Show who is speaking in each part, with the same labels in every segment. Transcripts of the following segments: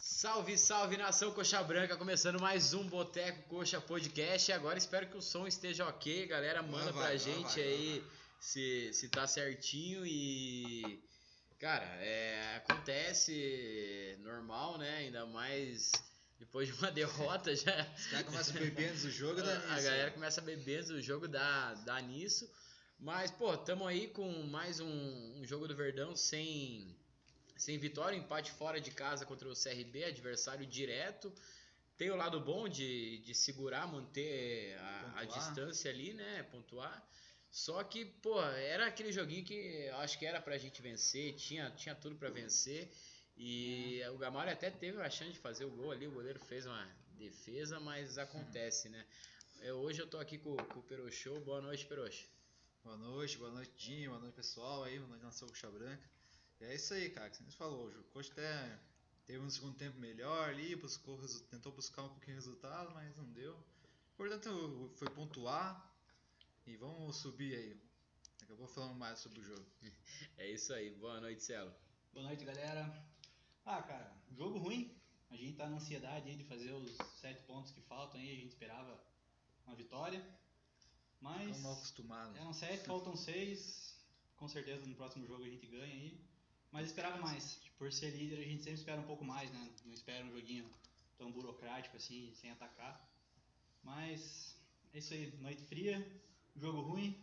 Speaker 1: Salve, salve nação Coxa Branca, começando mais um Boteco Coxa Podcast. E agora espero que o som esteja ok, galera. Manda
Speaker 2: vai,
Speaker 1: pra
Speaker 2: lá
Speaker 1: gente
Speaker 2: vai, lá
Speaker 1: aí se, se tá certinho e. Cara, é, acontece normal, né? Ainda mais depois de uma derrota já.
Speaker 2: Os caras começam bebendo o jogo né? da é.
Speaker 1: A galera começa a beber, o jogo dá, dá nisso. Mas, pô, tamo aí com mais um, um jogo do Verdão sem, sem vitória, empate fora de casa contra o CRB, adversário direto. Tem o lado bom de, de segurar, manter a, a
Speaker 2: Pontuar.
Speaker 1: distância ali, né? Pontuar. Só que, pô, era aquele joguinho que eu acho que era pra gente vencer, tinha, tinha tudo pra vencer. E
Speaker 3: É.
Speaker 1: o Gamalho até teve a chance de fazer o gol ali, o goleiro fez uma defesa, mas acontece, né? Eu- hoje eu tô aqui com, com o Peroxô. Boa noite, Peroxô.
Speaker 2: Boa noite, boa noite, Dinho, boa noite, pessoal aí, boa noite, Nação Coxa Branca. E é isso aí, cara, que você falou, o Coxa até teve um segundo tempo melhor ali, buscou, resu- tentou buscar um pouquinho de resultado, mas não deu. Portanto, foi pontuar e vamos subir aí. Acabou falando mais sobre o jogo.
Speaker 1: É isso aí. Boa noite, Celo.
Speaker 3: Boa noite, galera. Ah, cara, jogo ruim. A gente tá na ansiedade aí de fazer os sete pontos que faltam aí. A gente esperava uma vitória.
Speaker 2: Estamos mal
Speaker 3: Mas
Speaker 2: acostumados.
Speaker 3: eram sete, faltam seis. Com certeza no próximo jogo a gente ganha aí. Mas esperava mais. Por ser líder, a gente sempre espera um pouco mais, né? Não espera um joguinho tão burocrático assim, sem atacar. Mas é isso aí. Noite fria, jogo ruim.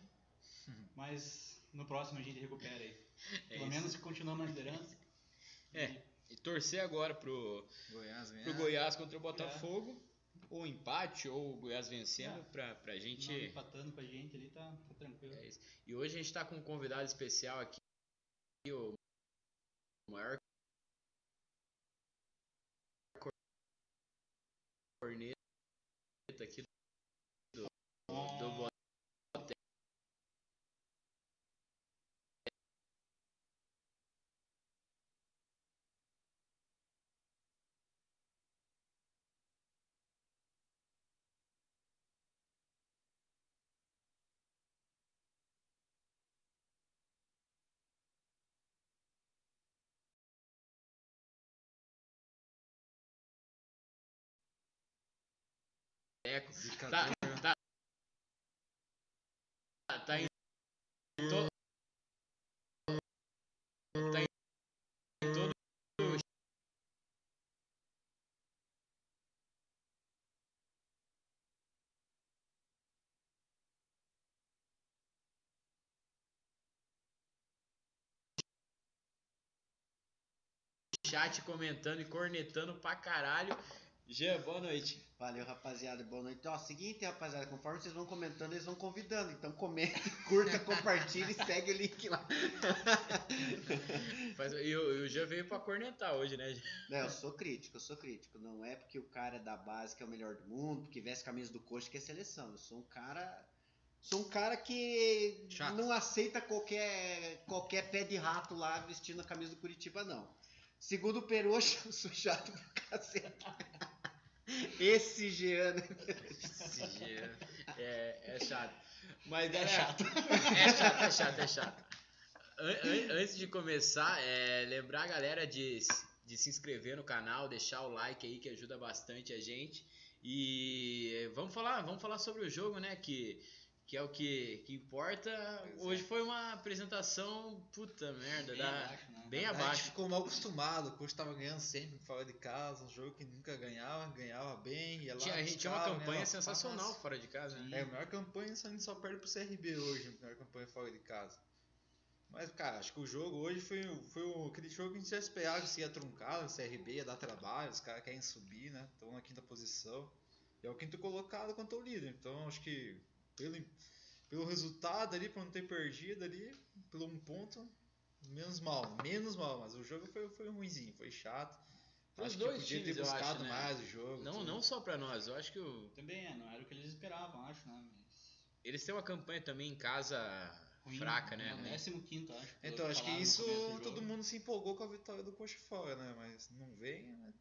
Speaker 3: Mas no próximo a gente recupera aí.
Speaker 1: É
Speaker 3: Pelo
Speaker 1: isso.
Speaker 3: menos continuamos na liderança.
Speaker 1: É. E torcer agora pro,
Speaker 2: Goiás
Speaker 1: pro
Speaker 2: ganhar.
Speaker 1: Goiás contra o Botafogo. Ou empate, ou o Goiás vencendo, pra, pra gente.
Speaker 3: É. Não empatando com a gente ali, tá, tá tranquilo.
Speaker 1: É isso. E hoje a gente está com um convidado especial aqui, o maior cor- corneta aqui do, do Boteco.
Speaker 2: Zicador.
Speaker 1: Tá, tá, tá, tá em todo. Tá em todo. Chat comentando e cornetando pra caralho. Jean, boa noite.
Speaker 4: Valeu, rapaziada. Boa noite. Então, Ó, seguinte, rapaziada, conforme vocês vão comentando, eles vão convidando. Então comenta, curta, compartilha e segue o link lá.
Speaker 1: Faz- e o, e o Jean veio pra cornetar hoje, né? Jean?
Speaker 4: Não, eu sou crítico, eu sou crítico. Não é porque o cara da base que é o melhor do mundo, porque veste camisa do coxa que é seleção. Eu sou um cara. Sou um cara que
Speaker 2: Chato.
Speaker 4: não aceita qualquer, qualquer pé de rato lá vestindo a camisa do Curitiba, não. Segundo o Peroxa, eu sou chato pra cacete. Esse Jean né?
Speaker 1: É, é chato. Mas é chato. É chato, é chato, é chato. An- an- antes de começar, é, lembrar a galera de, s- de se inscrever no canal, deixar o like aí que ajuda bastante a gente. E é, vamos falar, vamos falar sobre o jogo, né? Que, que é o que, que importa.
Speaker 2: Pois é.
Speaker 1: Hoje foi uma apresentação puta merda,
Speaker 3: Bem
Speaker 1: da-
Speaker 3: abaixo, né?
Speaker 1: bem
Speaker 2: A gente
Speaker 1: abaixo.
Speaker 2: ficou mal acostumado, o Coxa tava ganhando sempre fora de casa, um jogo que nunca ganhava, ganhava bem, ia lá
Speaker 1: Tinha, a gente tinha uma
Speaker 2: buscava, né,
Speaker 1: campanha
Speaker 2: ganhava
Speaker 1: sensacional
Speaker 2: fácil.
Speaker 1: fora de casa, né?
Speaker 2: É, a melhor campanha só- a gente só perde pro CRB hoje, a melhor campanha fora de casa. Mas, cara, acho que o jogo hoje foi, o- foi o- aquele jogo que a gente já esperava que se ia truncar, o CRB ia dar trabalho, os caras querem subir, né? Estão na quinta posição. E é o quinto colocado contra o líder. Então, acho que pelo, pelo resultado ali, por não ter perdido ali, pelo um ponto, menos mal, menos mal. Mas o jogo foi, foi ruimzinho, foi chato.
Speaker 1: Pros
Speaker 2: acho
Speaker 1: dois
Speaker 2: que podia
Speaker 1: times,
Speaker 2: ter
Speaker 1: eu acho,
Speaker 2: buscado
Speaker 1: né?
Speaker 2: mais o jogo.
Speaker 1: Não,
Speaker 2: tudo.
Speaker 1: não só pra nós, eu acho que o-
Speaker 3: Também é, não era o que eles esperavam, acho, né? Mas
Speaker 1: eles têm uma campanha também em casa
Speaker 3: ruim,
Speaker 1: fraca, né?
Speaker 3: não, Décimo quinto, acho. pelo
Speaker 2: Então,
Speaker 3: que
Speaker 2: acho que
Speaker 3: falaram no
Speaker 2: isso
Speaker 3: começo do
Speaker 2: todo
Speaker 3: jogo.
Speaker 2: mundo se empolgou com a vitória do Coxa fora, né? Mas não vem, né?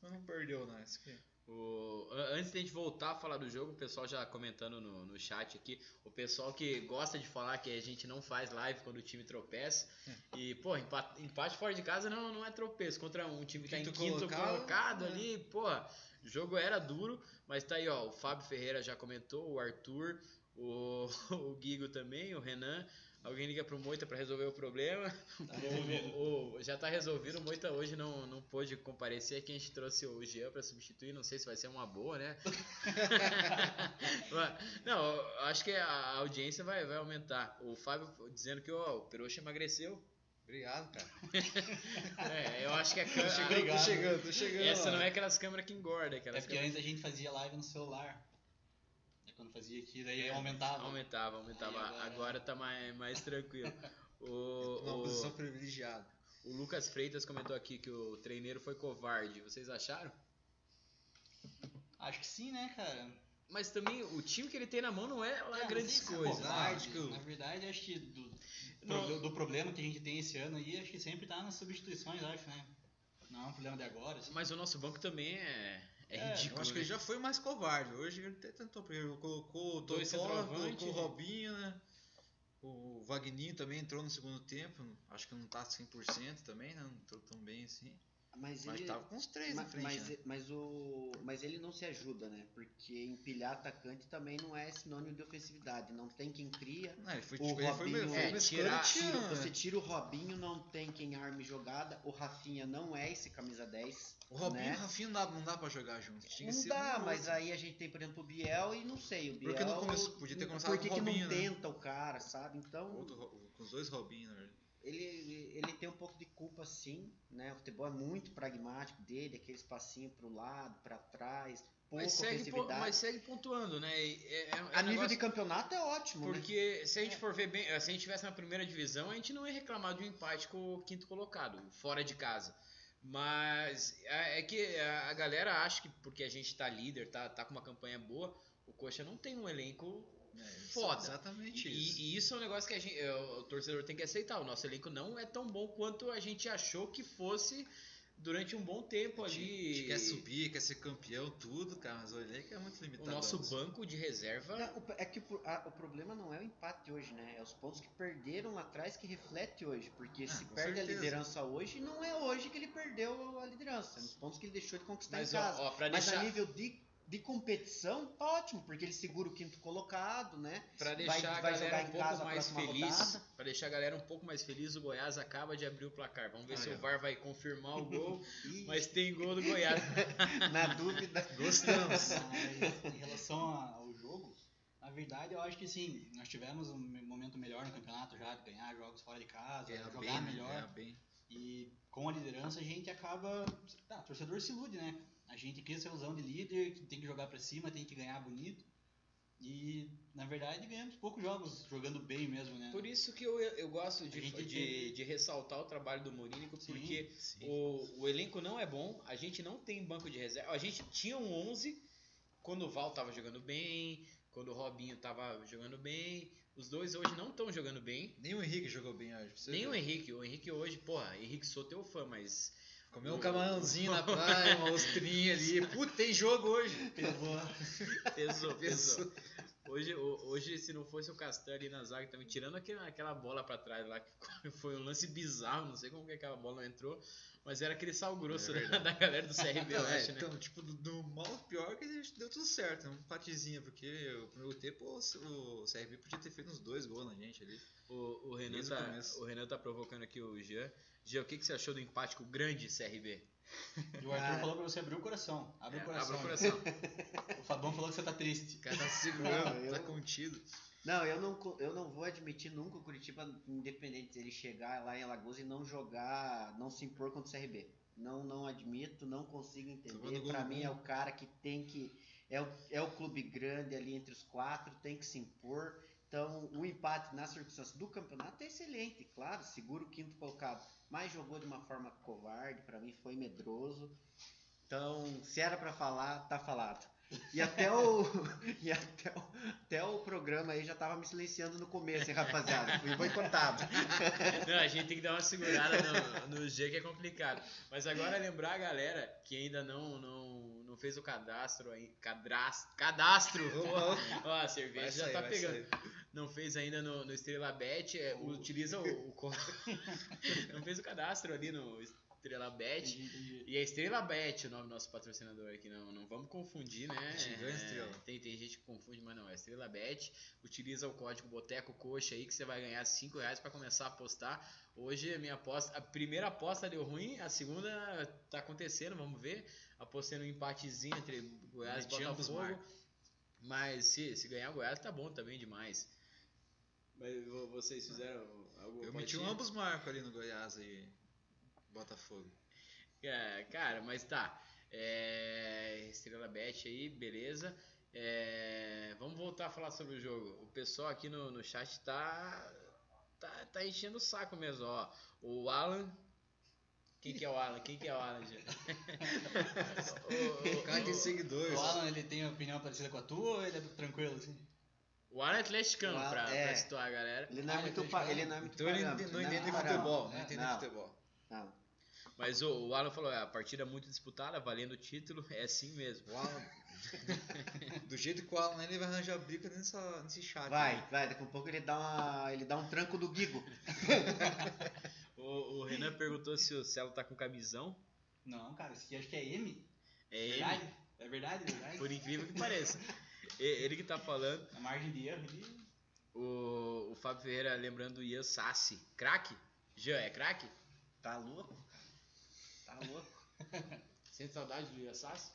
Speaker 2: Mas não perdeu, né? Isso que-
Speaker 1: O- an- antes de a gente voltar a falar do jogo, o pessoal já comentando no, no chat aqui, o pessoal que gosta de falar que a gente não faz live quando o time tropeça. E, pô, empa- empate fora de casa não, não é tropeço. Contra um time que
Speaker 2: Quinto
Speaker 1: tá em quinto
Speaker 2: colocado,
Speaker 1: colocado,
Speaker 2: né?
Speaker 1: ali, pô, o jogo era duro, mas tá aí, ó. O Fábio Ferreira já comentou, o Arthur, o, o Guigo também, o Renan. Alguém liga pro Moita pra resolver o problema.
Speaker 3: Tá resolvido.
Speaker 1: O- o- já tá resolvido, o Moita hoje não, não pôde comparecer, aqui a gente trouxe o Jean pra substituir, não sei se vai ser uma boa, né? Mas, não, eu acho que a audiência vai, vai aumentar. O Fábio dizendo que ó, o Peruxa emagreceu.
Speaker 2: Obrigado, cara.
Speaker 1: É, eu acho que a
Speaker 2: Tô
Speaker 1: câmera...
Speaker 2: chegando, tô
Speaker 3: obrigado.
Speaker 2: chegando, tô chegando.
Speaker 1: Essa
Speaker 2: ó.
Speaker 1: não é aquelas câmeras que engordam, é
Speaker 3: É
Speaker 1: aquelas
Speaker 3: porque
Speaker 1: câmeras
Speaker 3: antes a gente fazia live no celular. É quando fazia aqui, daí aumentava.
Speaker 1: aumentava, aumentava.
Speaker 3: Aí
Speaker 1: Agora,
Speaker 3: agora-
Speaker 1: tá mais, mais tranquilo.
Speaker 3: É
Speaker 1: O,
Speaker 2: Uma
Speaker 1: o-
Speaker 2: posição privilegiada.
Speaker 1: o Lucas Freitas comentou aqui que o treineiro foi covarde. Vocês acharam?
Speaker 3: Acho que sim, né, cara?
Speaker 1: Mas também o time que ele tem na mão não é lá
Speaker 3: É,
Speaker 1: grandes
Speaker 3: não sei se é
Speaker 1: coisas.
Speaker 2: covarde,
Speaker 1: né?
Speaker 2: acho que o-
Speaker 3: Na verdade, acho que do,
Speaker 1: Não.
Speaker 3: proble- do problema que a gente tem esse ano aí, acho que sempre tá nas substituições, acho, né? Não é um problema de agora. assim.
Speaker 1: Mas o nosso banco também é, é
Speaker 3: É, eu
Speaker 1: ridículo.
Speaker 2: Eu acho que
Speaker 1: né?
Speaker 2: ele já foi mais covarde. Hoje ele até tentou, porque ele colocou o
Speaker 1: Dois
Speaker 2: Totó,
Speaker 1: centroavante.
Speaker 2: colocou o Robinho, né? O Vagninho também entrou no segundo tempo. Acho que não tá 100% também, né? Não entrou tão bem assim.
Speaker 4: Mas
Speaker 2: Mas
Speaker 4: ele,
Speaker 2: tava com os três
Speaker 4: ma-
Speaker 2: na frente,
Speaker 4: mas,
Speaker 2: né?
Speaker 4: mas o, mas ele não se ajuda, né? Porque empilhar atacante também não é sinônimo de ofensividade. Não tem quem cria.
Speaker 2: Não, ele foi,
Speaker 4: o
Speaker 2: tipo, ele foi,
Speaker 4: Robinho-
Speaker 2: foi
Speaker 1: é,
Speaker 2: mesclando
Speaker 1: tirar-
Speaker 2: e tirando,
Speaker 4: Tira- você
Speaker 2: né?
Speaker 4: tira o Robinho, não tem quem arme jogada. O Rafinha não é esse camisa 10.
Speaker 2: O Robinho e
Speaker 4: né?
Speaker 2: o Rafinha não dá, não dá pra jogar junto. Tinha que
Speaker 4: Não
Speaker 2: ser
Speaker 4: dá,
Speaker 2: um
Speaker 4: mas
Speaker 2: outro.
Speaker 4: aí a gente tem, por exemplo, o Biel e não sei, o Biel.
Speaker 2: Por que não começou- podia ter começado
Speaker 4: por que
Speaker 2: com o
Speaker 4: que
Speaker 2: Robinho,
Speaker 4: não
Speaker 2: né?
Speaker 4: tenta o cara, sabe? Então,
Speaker 2: Outro Ro- com os dois Robinho, né? na verdade.
Speaker 4: ele, ele tem um pouco de culpa sim, né? O futebol é muito pragmático dele, aquele espacinho pro lado, pra trás, pouca
Speaker 1: mas, segue, pon-
Speaker 4: ofensividade.
Speaker 1: mas segue pontuando, né? E É, é- é um
Speaker 4: A nível de
Speaker 1: negócio-
Speaker 4: campeonato é ótimo, né?
Speaker 1: Porque se a gente for ver bem, se a gente estivesse na primeira divisão, a gente não ia reclamar de um empate com o quinto colocado, fora de casa. Mas é é que a a galera acha que porque a gente tá líder, tá, tá com uma campanha boa, o Coxa não tem um elenco
Speaker 2: É, isso-
Speaker 1: foda.
Speaker 2: Exatamente isso.
Speaker 1: E, e isso é um negócio que a gente, eh, o torcedor tem que aceitar. O nosso elenco não é tão bom quanto a gente achou que fosse durante um bom tempo
Speaker 2: A gente- a gente
Speaker 1: ali.
Speaker 2: quer subir, quer ser campeão, tudo, cara, mas o elenco é muito
Speaker 1: O
Speaker 2: limitado.
Speaker 1: nosso banco de reserva.
Speaker 4: Não, o- É que o- a- o problema não é o empate hoje, né? É os pontos que perderam lá atrás que reflete hoje. Porque
Speaker 2: Ah,
Speaker 4: se
Speaker 2: com
Speaker 4: perde a
Speaker 2: certeza.
Speaker 4: liderança hoje, não é hoje que ele perdeu a liderança. É nos pontos que ele deixou de conquistar
Speaker 1: Mas,
Speaker 4: em casa.
Speaker 1: ó, ó, pra
Speaker 4: Mas
Speaker 1: deixar,
Speaker 4: a nível de, de competição, tá ótimo, porque ele segura o quinto colocado, né?
Speaker 1: pra
Speaker 4: vai-
Speaker 1: deixar a
Speaker 4: vai
Speaker 1: galera
Speaker 4: jogar em
Speaker 1: um pouco
Speaker 4: casa a
Speaker 1: mais
Speaker 4: próxima
Speaker 1: feliz.
Speaker 4: rodada.
Speaker 1: Pra deixar a galera um pouco mais feliz, o Goiás acaba de abrir o placar. Vamos ver
Speaker 2: Ah,
Speaker 1: se
Speaker 2: é.
Speaker 1: o VAR vai confirmar o gol.
Speaker 4: E,
Speaker 1: mas tem gol do Goiás.
Speaker 4: na dúvida,
Speaker 2: Gostamos.
Speaker 3: Mas em relação a- ao jogo, na verdade eu acho que sim, nós tivemos um me- momento melhor no campeonato já, de ganhar jogos fora de
Speaker 1: É,
Speaker 3: casa,
Speaker 2: Ganha
Speaker 3: jogar
Speaker 2: bem, né?
Speaker 3: melhor.
Speaker 2: Ganha bem.
Speaker 3: E com a liderança a gente acaba. Tá, o torcedor se ilude, né? A gente cria essa ilusão de líder, que tem que jogar pra cima, tem que ganhar bonito. E na verdade ganhamos poucos jogos jogando bem mesmo, né?
Speaker 1: Por isso que eu, eu gosto de,
Speaker 3: A gente
Speaker 1: de,
Speaker 3: tem-
Speaker 1: de ressaltar o trabalho do Morínico,
Speaker 3: Sim.
Speaker 1: porque
Speaker 2: Sim.
Speaker 1: O, o elenco não é bom, a gente não tem banco de reserva. A gente tinha um 11 quando o Val tava jogando bem, quando o Robinho tava jogando bem. Os dois hoje não estão jogando bem.
Speaker 2: Nem o Henrique jogou bem hoje. pra você
Speaker 1: Nem o
Speaker 2: ver.
Speaker 1: Henrique. O Henrique hoje, porra, Henrique sou teu fã, mas.
Speaker 2: Comeu um camarãozinho na praia, uma ostrinha ali. Puta, tem jogo hoje.
Speaker 3: Pesou.
Speaker 1: Pesou, pesou. Hoje, ho- hoje se não fosse o Castan ali na zaga também, tirando aquela, aquela bola pra trás lá, que foi um lance bizarro, não sei como que aquela bola não entrou, mas era aquele sal grosso da,
Speaker 2: É verdade.
Speaker 1: da galera do CRB, eu
Speaker 2: Então, é,
Speaker 1: acho, né?
Speaker 2: então, tipo, do, do mal ao pior é que a gente deu tudo certo. Um empatezinho, porque o primeiro tempo o, o CRB podia ter feito uns dois gols na gente ali.
Speaker 1: O, o Renan
Speaker 2: Desde o
Speaker 1: tá,
Speaker 2: começo.
Speaker 1: o Renan tá provocando aqui o Jean. Jean, o que, que você achou do empate com o grande CRB?
Speaker 3: E o Arthur
Speaker 4: Ah.
Speaker 3: falou pra você abrir o coração. Abre
Speaker 1: É,
Speaker 3: o coração.
Speaker 1: Abre o coração.
Speaker 3: O Fabão falou que você tá triste.
Speaker 2: O cara tá se
Speaker 4: Não,
Speaker 2: segurando,
Speaker 4: eu-
Speaker 2: tá contido.
Speaker 4: Não, eu não, co- eu não vou admitir nunca o Curitiba, independente dele chegar lá em Alagoas e não jogar, não se impor contra o CRB. Não, não admito, não consigo entender.
Speaker 2: Tomando gol
Speaker 4: Pra
Speaker 2: no
Speaker 4: mim
Speaker 2: gol.
Speaker 4: é o cara que tem que. É o, é o clube grande ali entre os quatro, tem que se impor. Então, o empate na circunstância do campeonato é excelente, claro, segura o quinto colocado. Mas jogou de uma forma covarde, pra mim foi medroso. Então, se era pra falar, tá falado. E até o. e até o até o programa aí já tava me silenciando no começo, hein, rapaziada? Fui boicotado.
Speaker 1: Não, a gente tem que dar uma segurada no, no Jean, que é complicado. Mas agora lembrar a galera que ainda não, não, não fez o cadastro aí. Cadastro. Cadastro!
Speaker 2: Boa.
Speaker 1: Ó, a cerveja
Speaker 2: Vai
Speaker 1: já
Speaker 2: sair,
Speaker 1: tá
Speaker 2: vai
Speaker 1: pegando.
Speaker 2: sair.
Speaker 1: Não fez ainda no, no Estrela Bet, é,
Speaker 3: O-
Speaker 1: utiliza o, o co- Não fez o cadastro ali no Estrela Bet.
Speaker 3: Entendi, entendi.
Speaker 1: E a Estrela Bet, o nome do nosso patrocinador aqui, não, não vamos confundir, né?
Speaker 2: Gigante
Speaker 1: É,
Speaker 2: Estrela.
Speaker 1: tem, tem gente que confunde, mas não, é Estrela Bet. Utiliza o código Boteco Coxa aí que você vai ganhar 5 reais pra começar a apostar. Hoje a minha aposta, a primeira aposta deu ruim, a segunda tá acontecendo, vamos ver. Apostei num empatezinho entre Goiás e
Speaker 2: Meti ambos
Speaker 1: Botafogo. Mas se, se ganhar Goiás tá bom também demais. Mas vo- vocês fizeram alguma
Speaker 2: Eu meti um
Speaker 1: continha?
Speaker 2: ambos marcos ali no Goiás e Botafogo.
Speaker 1: É, cara, mas tá. É, Estrela Bet aí, beleza. É, vamos voltar a falar sobre o jogo. O pessoal aqui no, no chat tá, tá. tá enchendo o saco mesmo, ó. O Alan. Quem que é o Alan? Quem que é o Alan, gente? o, o-
Speaker 2: Cara, tem seguidores.
Speaker 3: O Alan, ele tem opinião parecida com a tua ou ele é tranquilo assim?
Speaker 1: o Alan é atleticano,
Speaker 4: O Alan-
Speaker 1: pra,
Speaker 4: é.
Speaker 1: pra situar a galera.
Speaker 4: Ele não é
Speaker 3: Ah,
Speaker 4: muito,
Speaker 3: ele
Speaker 4: pa-
Speaker 3: fez
Speaker 4: ele não é muito
Speaker 2: Então ele não
Speaker 4: parâmetro,
Speaker 2: entende- não
Speaker 4: né?
Speaker 2: entende
Speaker 4: Não,
Speaker 2: futebol,
Speaker 4: não,
Speaker 2: não entende
Speaker 4: não,
Speaker 2: futebol.
Speaker 4: não.
Speaker 1: Mas o, o Alan falou: é, a partida muito disputada, valendo o título, é assim mesmo.
Speaker 2: O Alan. Do jeito que o Alan é, ele vai arranjar briga nessa, nesse chat. né?
Speaker 4: Vai, vai, daqui a pouco ele dá, uma, ele dá um tranco do Guigo.
Speaker 1: O, o Renan perguntou se o Celo tá com camisão.
Speaker 3: Não, cara, esse aqui acho que é M.
Speaker 1: É ele?
Speaker 3: verdade? É verdade, é verdade.
Speaker 1: Por incrível que pareça. E- Ele que tá falando.
Speaker 3: Na margem de erro, ele...
Speaker 1: O, o Fábio Ferreira lembrando o Ian Sassi. Craque? Jean, é craque?
Speaker 4: Tá louco? Tá louco?
Speaker 1: Sente saudade do Ian Sassi?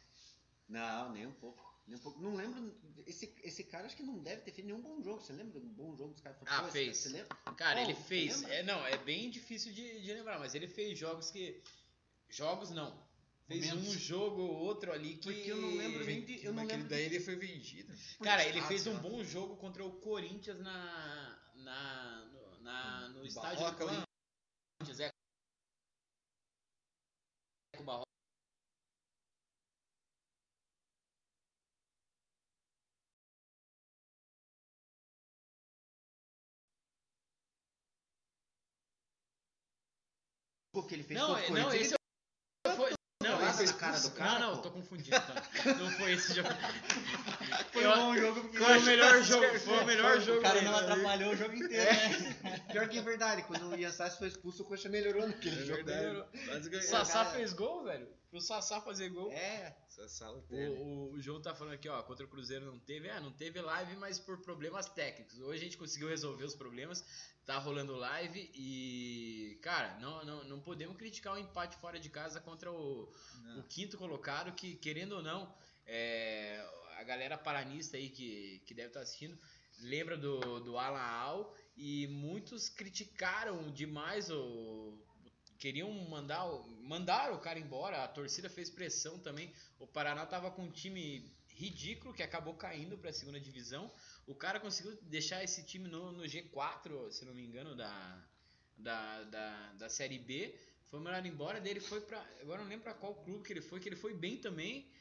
Speaker 4: Não, nem um pouco. Nem um pouco. Não lembro. Esse, esse cara acho que não deve ter feito nenhum bom jogo. Você lembra de um bom jogo dos caras?
Speaker 1: Ah,
Speaker 4: Pô, esse
Speaker 1: fez.
Speaker 4: Você lembra?
Speaker 1: Cara,
Speaker 4: Oh,
Speaker 1: ele fez.
Speaker 4: lembra?
Speaker 1: É, não, é bem difícil de, de lembrar, mas ele fez jogos que. Jogos não. Fez
Speaker 3: Momentos.
Speaker 1: um jogo ou outro ali que.
Speaker 4: Porque eu não lembro nem de. né? Eu não
Speaker 2: Mas aquele
Speaker 4: lembro
Speaker 2: daí ele foi vendido.
Speaker 1: Cara, ele
Speaker 2: Ah,
Speaker 1: fez
Speaker 2: sei
Speaker 1: um
Speaker 2: lá.
Speaker 1: bom jogo contra o Corinthians na. na. no, na- no estádio
Speaker 2: Barroca,
Speaker 1: do
Speaker 2: lá.
Speaker 1: Corinthians. É. Com o Barroca.
Speaker 4: o que ele fez.
Speaker 1: Não,
Speaker 4: contra
Speaker 1: é-
Speaker 4: o
Speaker 1: não,
Speaker 4: Corinthians.
Speaker 1: esse foi. Não,
Speaker 4: Nossa,
Speaker 1: esse é
Speaker 4: na cara do cara,
Speaker 1: Não, não,
Speaker 4: pô.
Speaker 1: tô confundindo. Então. Não foi esse jogo.
Speaker 3: Foi
Speaker 1: Eu-
Speaker 3: um bom jogo. porque-
Speaker 1: foi o melhor jogo. Foi o melhor jogo.
Speaker 3: O cara
Speaker 1: dele.
Speaker 3: não atrapalhou o jogo inteiro, né?
Speaker 4: Pior que é verdade, quando o Ian Sassi foi expulso, o Coxa melhorou naquele
Speaker 2: É
Speaker 4: jogo.
Speaker 2: verdade. Quase
Speaker 1: O
Speaker 2: ganhou.
Speaker 1: Sassá
Speaker 4: Cara-
Speaker 1: fez gol, velho. Pro Sassá fazer gol.
Speaker 4: É,
Speaker 2: Essa sala tem.
Speaker 1: O, o João tá falando aqui, ó, contra o Cruzeiro não teve, ah, não teve live, mas por problemas técnicos. Hoje a gente conseguiu resolver os problemas, tá rolando live e, cara, não, não, não podemos criticar o empate fora de casa contra o, o quinto colocado, que querendo ou não, é, a galera paranista aí que, que deve estar assistindo lembra do, do Alan Al e muitos criticaram demais o. Queriam mandar, o- mandaram o cara embora, a torcida fez pressão também. O Paraná tava com um time ridículo que acabou caindo para a segunda divisão. O cara conseguiu deixar esse time no, no G4, se não me engano, da, da, da, da Série B. Foi mandado embora dele, foi para Agora eu não lembro pra qual clube que ele foi, que ele foi bem também.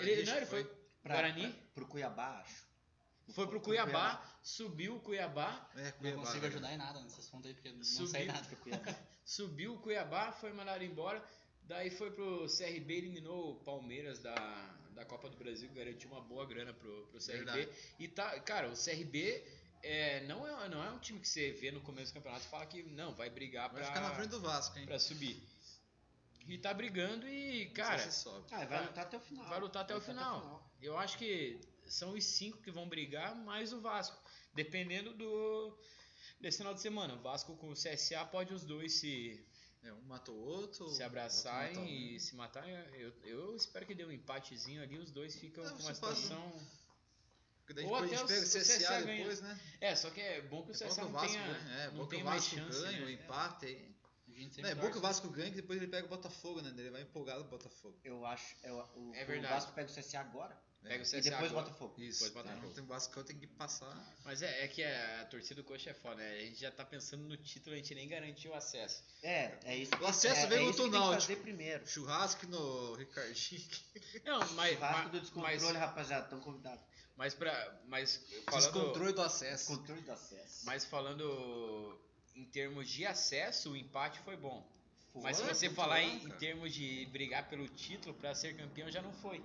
Speaker 1: Ele, não, ele foi
Speaker 4: pra,
Speaker 1: Guarani?
Speaker 4: pra- pro Cuiabá, acho.
Speaker 1: Foi pro Cuiabá, subiu o Cuiabá,
Speaker 2: É,
Speaker 3: Não
Speaker 2: Cuiabá,
Speaker 3: consigo
Speaker 2: né?
Speaker 3: ajudar em nada nessas contas aí, porque não
Speaker 1: Subiu.
Speaker 3: sai nada.
Speaker 1: subiu o Cuiabá, foi mandado embora. Daí foi pro CRB, eliminou o Palmeiras da, da Copa do Brasil, garantiu uma boa grana pro, pro CRB.
Speaker 2: Verdade.
Speaker 1: E tá, cara, o CRB é, não, é, não é um time que você vê no começo do campeonato e fala que não, vai brigar
Speaker 2: Vai
Speaker 1: pra,
Speaker 2: ficar na frente do Vasco, hein?
Speaker 1: pra subir. E tá brigando e,
Speaker 2: Não sei
Speaker 1: cara,
Speaker 2: se sobe.
Speaker 4: Ah, vai lutar até o final.
Speaker 1: Vai lutar até o final. Eu acho que são os cinco que vão brigar, mais o Vasco. Dependendo do desse final de semana. O Vasco com o CSA pode os dois se,
Speaker 2: É, um matou o outro.
Speaker 1: se
Speaker 2: outro matou
Speaker 1: abraçarem
Speaker 2: um.
Speaker 1: e se matarem. Eu, eu espero que dê um empatezinho ali, os dois ficam
Speaker 2: Ah,
Speaker 1: com
Speaker 2: você
Speaker 1: uma
Speaker 2: pode-
Speaker 1: situação.
Speaker 2: Porque daí
Speaker 1: Ou
Speaker 2: depois
Speaker 1: até
Speaker 2: a gente
Speaker 1: o-
Speaker 2: pega o
Speaker 1: o
Speaker 2: CSA
Speaker 1: CSA ganha.
Speaker 2: depois, né?
Speaker 1: É, só que é bom que o
Speaker 2: É bom
Speaker 1: CSA
Speaker 2: que o
Speaker 1: não
Speaker 2: Vasco
Speaker 1: tenha.
Speaker 2: ganha, é,
Speaker 1: não
Speaker 2: bom que
Speaker 1: tem
Speaker 2: o
Speaker 1: mais
Speaker 2: Vasco
Speaker 1: chance,
Speaker 2: ganha,
Speaker 1: né?
Speaker 2: o empate. hein?
Speaker 3: A gente
Speaker 2: Não,
Speaker 3: sempre
Speaker 2: é bom
Speaker 3: torce.
Speaker 2: que o Vasco ganha, que depois ele pega o Botafogo, né? Ele vai empolgado o Botafogo.
Speaker 4: Eu acho. Eu, o,
Speaker 1: É
Speaker 4: o
Speaker 1: verdade.
Speaker 4: Vasco pega o CSA agora
Speaker 1: Pega o CSA
Speaker 4: e depois
Speaker 1: agora.
Speaker 4: o Botafogo.
Speaker 2: Isso.
Speaker 1: Depois Botafogo.
Speaker 2: Então, tem o Vasco tem que passar.
Speaker 1: Mas é, é que a torcida do Coxa é foda, né? A gente já tá pensando no título, a gente nem garantiu o acesso.
Speaker 4: É, é isso.
Speaker 2: O acesso
Speaker 4: é,
Speaker 2: veio
Speaker 4: é
Speaker 2: contra
Speaker 4: isso
Speaker 2: o
Speaker 4: que tem que
Speaker 2: Náutico.
Speaker 4: fazer primeiro.
Speaker 2: Churrasco no Ricardinho.
Speaker 1: Não, mas.
Speaker 4: Vasco
Speaker 1: mas-
Speaker 4: do descontrole,
Speaker 1: mas,
Speaker 4: rapaziada, estão convidados.
Speaker 1: mas pra. Mas falando,
Speaker 2: Descontrole do acesso.
Speaker 4: Descontrole do acesso.
Speaker 1: Mas falando em termos de acesso, o empate foi bom.
Speaker 4: Foi,
Speaker 1: Mas se você
Speaker 2: muito
Speaker 1: falar
Speaker 2: bom,
Speaker 1: em, em
Speaker 2: cara.
Speaker 1: termos de brigar pelo título para ser campeão, já não foi.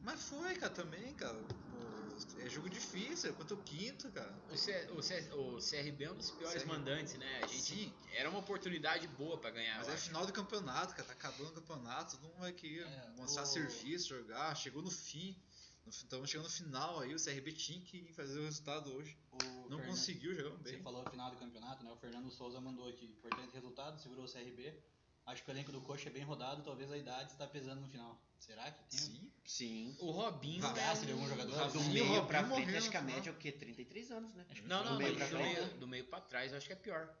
Speaker 2: Mas foi, cara, também, cara. Pô, é jogo difícil, é contra o quinto, cara.
Speaker 1: O, C- o C- o CRB é um dos piores
Speaker 2: CRB.
Speaker 1: mandantes, né? A gente
Speaker 2: Sim,
Speaker 1: era uma oportunidade boa pra ganhar.
Speaker 2: mas
Speaker 1: eu
Speaker 2: é
Speaker 1: acho.
Speaker 2: final do campeonato, cara. Tá acabando o campeonato, todo mundo vai querer
Speaker 3: É,
Speaker 2: mostrar
Speaker 3: o-
Speaker 2: serviço, jogar. Chegou no fim. no fi- Estamos chegando no final aí, o CRB tinha que fazer o resultado hoje.
Speaker 3: O
Speaker 2: Não
Speaker 3: Fernan-
Speaker 2: conseguiu, jogando
Speaker 3: Você
Speaker 2: bem.
Speaker 3: falou final do campeonato, né? O Fernando Souza mandou aqui. Importante resultado, segurou o CRB. Acho que o elenco do Coxa é bem rodado, talvez a idade está pesando no final. Será que tem?
Speaker 2: Sim.
Speaker 4: Sim.
Speaker 1: O Robinho
Speaker 3: Vai,
Speaker 1: é
Speaker 3: se ele é
Speaker 1: um
Speaker 3: algum jogador,
Speaker 1: Robinho- né?
Speaker 4: Do
Speaker 2: Sim,
Speaker 4: meio
Speaker 2: Robinho
Speaker 4: pra
Speaker 2: morreu
Speaker 4: frente, acho
Speaker 2: no
Speaker 4: que a
Speaker 2: final.
Speaker 4: média é o quê? 33 anos, né?
Speaker 1: Não, não,
Speaker 4: Do meio
Speaker 1: mas
Speaker 4: pra
Speaker 1: do meio,
Speaker 4: frente.
Speaker 1: do meio pra trás eu acho que é pior.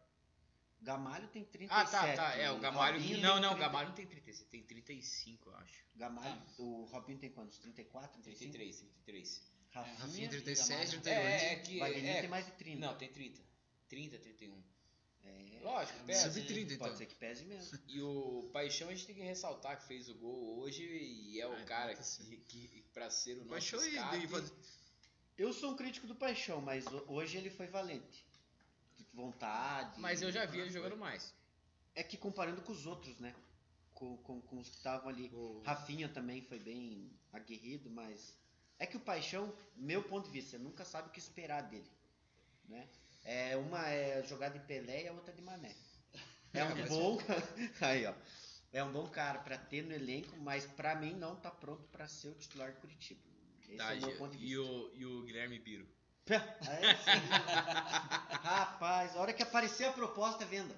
Speaker 4: Gamalho tem
Speaker 1: Ah,
Speaker 4: 37.
Speaker 1: tá, tá. É, o Gamalho.
Speaker 4: Robinho
Speaker 1: Não,
Speaker 4: tem
Speaker 1: não, o
Speaker 4: 30.
Speaker 1: Gamalho não tem 36, tem 35, eu acho.
Speaker 4: Gamalho, o Robinho tem quantos? 34, 35?
Speaker 1: 33, 33.
Speaker 2: Rafinha,
Speaker 4: Rafinha,
Speaker 2: 37,
Speaker 3: Gamalho.
Speaker 1: É,
Speaker 2: 38.
Speaker 1: é, é que.
Speaker 4: Wagner
Speaker 1: é-
Speaker 4: tem mais de 30.
Speaker 1: não, tem 30. 30, 31.
Speaker 4: É,
Speaker 1: Lógico, pesa.
Speaker 2: Sub-30, então.
Speaker 4: Pode ser que pese mesmo.
Speaker 1: E o Paixão a gente tem que ressaltar que fez o gol hoje e é o
Speaker 2: Ah,
Speaker 1: cara
Speaker 2: nota
Speaker 1: que, que, pra ser o nosso
Speaker 2: Mas show aí,
Speaker 1: escape,
Speaker 2: e fazer-
Speaker 4: Eu sou um crítico do Paixão, mas ho- hoje ele foi valente. Vontade.
Speaker 1: Mas eu já vi ele jogando mais.
Speaker 4: É que comparando com os outros, né? Com, com, com os que estavam ali.
Speaker 2: o-
Speaker 4: Rafinha também foi bem aguerrido, mas. É que o Paixão, meu ponto de vista, você nunca sabe o que esperar dele. Né? É, uma é jogada de Pelé e a outra de Mané. É um bom. Aí, ó. É um bom cara pra ter no elenco, mas pra mim não tá pronto pra ser o titular do Curitiba. Esse
Speaker 1: Tá,
Speaker 4: é o meu ponto de
Speaker 1: e,
Speaker 4: vista.
Speaker 1: o, e o Guilherme Biro.
Speaker 4: Aí sim. Rapaz, a hora que aparecer a proposta, venda.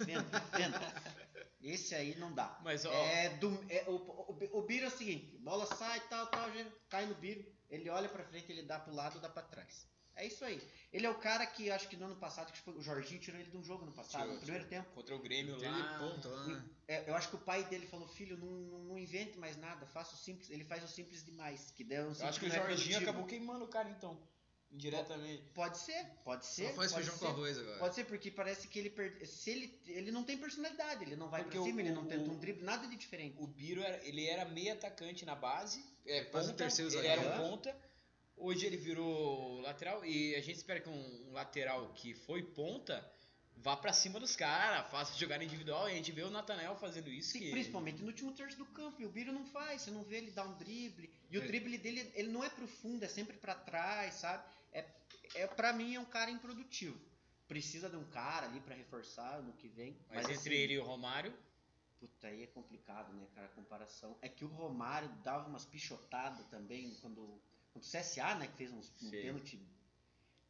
Speaker 4: Venda, venda. Esse aí não dá.
Speaker 1: Mas, ó,
Speaker 4: É do, é, o, o, o Biro é o seguinte: bola sai, tal, tal, já cai no Biro. Ele olha pra frente, ele dá pro lado, dá pra trás. É isso aí. Ele é o cara que acho que no ano passado, que foi, o Jorginho tirou ele de um jogo no passado,
Speaker 1: Tirou,
Speaker 4: no primeiro tempo.
Speaker 1: contra o Grêmio
Speaker 2: Aquele
Speaker 1: lá.
Speaker 2: ponto lá, né?
Speaker 4: É, eu acho que o pai dele falou: filho, não, não, não invente mais nada, faça o simples. Ele faz o simples demais, que deu um
Speaker 1: Eu acho que o
Speaker 4: não é
Speaker 1: Jorginho
Speaker 4: produtivo.
Speaker 1: acabou queimando o cara então. Indiretamente.
Speaker 4: Pode ser, pode ser.
Speaker 2: Só faz
Speaker 4: pode
Speaker 2: feijão
Speaker 4: ser.
Speaker 2: com arroz
Speaker 1: é.
Speaker 2: agora.
Speaker 4: Pode ser porque parece que ele perde. Se ele, ele não tem personalidade, ele não vai
Speaker 1: Porque
Speaker 4: pra cima,
Speaker 1: o-
Speaker 4: ele não
Speaker 1: o-
Speaker 4: tenta um drible, nada de diferente.
Speaker 1: O Biro era, ele era meio atacante na base. É,
Speaker 2: Quase um
Speaker 1: ponta,
Speaker 2: terceiro
Speaker 1: ele era
Speaker 2: zagueiro.
Speaker 1: um ponta. Hoje ele virou lateral e a gente espera que um, um lateral que foi ponta vá pra cima dos caras, faça jogada individual. E a gente vê o Natanael fazendo isso.
Speaker 4: Sim,
Speaker 1: Que...
Speaker 4: Principalmente no último terço do campo, e o Biro não faz, você não vê ele dar um drible. E o
Speaker 2: É.
Speaker 4: drible dele, ele não é profundo, é sempre pra trás, sabe? É, é para mim é um cara improdutivo. Precisa de um cara ali pra reforçar no que vem.
Speaker 1: Mas, entre
Speaker 4: assim,
Speaker 1: ele e o Romário,
Speaker 4: Puta, aí é complicado, né, cara, a comparação. É que o Romário dava umas pichotadas também quando, quando o CSA, né, que fez uns,
Speaker 1: Sim.
Speaker 4: um pênalti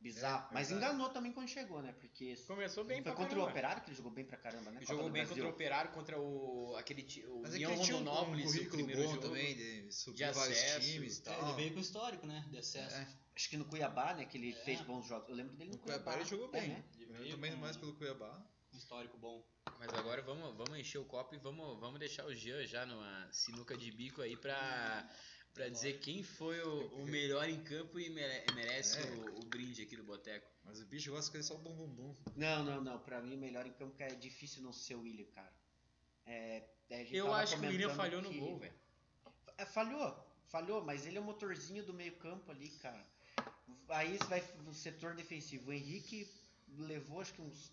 Speaker 4: bizarro.
Speaker 2: É,
Speaker 4: mas
Speaker 2: verdade.
Speaker 4: enganou também quando chegou, né, porque
Speaker 1: começou bem pra
Speaker 4: foi contra o
Speaker 1: caramba.
Speaker 4: Operário que ele jogou bem pra caramba, né, Copa
Speaker 1: Jogou
Speaker 4: do
Speaker 1: bem
Speaker 4: Brasil.
Speaker 1: contra o Operário, contra o aquele ti- o
Speaker 2: Mas é que
Speaker 1: União
Speaker 2: ele tinha um, um
Speaker 1: Rondonópolis, o
Speaker 2: currículo
Speaker 1: primeiro
Speaker 2: bom
Speaker 1: jogo.
Speaker 2: também, de
Speaker 1: de
Speaker 2: subir vários
Speaker 1: acesso.
Speaker 2: times e
Speaker 3: É, ele
Speaker 2: tal.
Speaker 3: veio com o histórico, né? De acesso.
Speaker 2: É.
Speaker 4: Acho que no Cuiabá, né, que ele
Speaker 3: É.
Speaker 4: fez bons jogos. Eu lembro dele no,
Speaker 2: No Cuiabá ele jogou
Speaker 4: É,
Speaker 2: bem.
Speaker 4: né?
Speaker 3: Ele
Speaker 2: Eu
Speaker 3: veio
Speaker 2: também
Speaker 3: com
Speaker 2: mais pelo Cuiabá.
Speaker 3: um histórico bom.
Speaker 1: Mas agora vamos, vamos encher o copo e vamos, vamos deixar o Jean já numa sinuca de bico aí pra, pra dizer quem foi o, o melhor em campo e mere- merece
Speaker 2: É.
Speaker 1: o, o brinde aqui do Boteco.
Speaker 2: Mas o bicho gosta que ele só bum bum bum.
Speaker 4: Não, não, não, pra mim o melhor em campo é difícil não ser o William, cara. É, a gente
Speaker 1: Eu
Speaker 4: tava
Speaker 1: acho que o William
Speaker 4: comentando
Speaker 1: falhou no
Speaker 4: que-
Speaker 1: gol, velho.
Speaker 4: É, falhou, falhou, mas ele é o motorzinho do meio-campo ali, cara. Aí você vai no setor defensivo. O Henrique levou acho que uns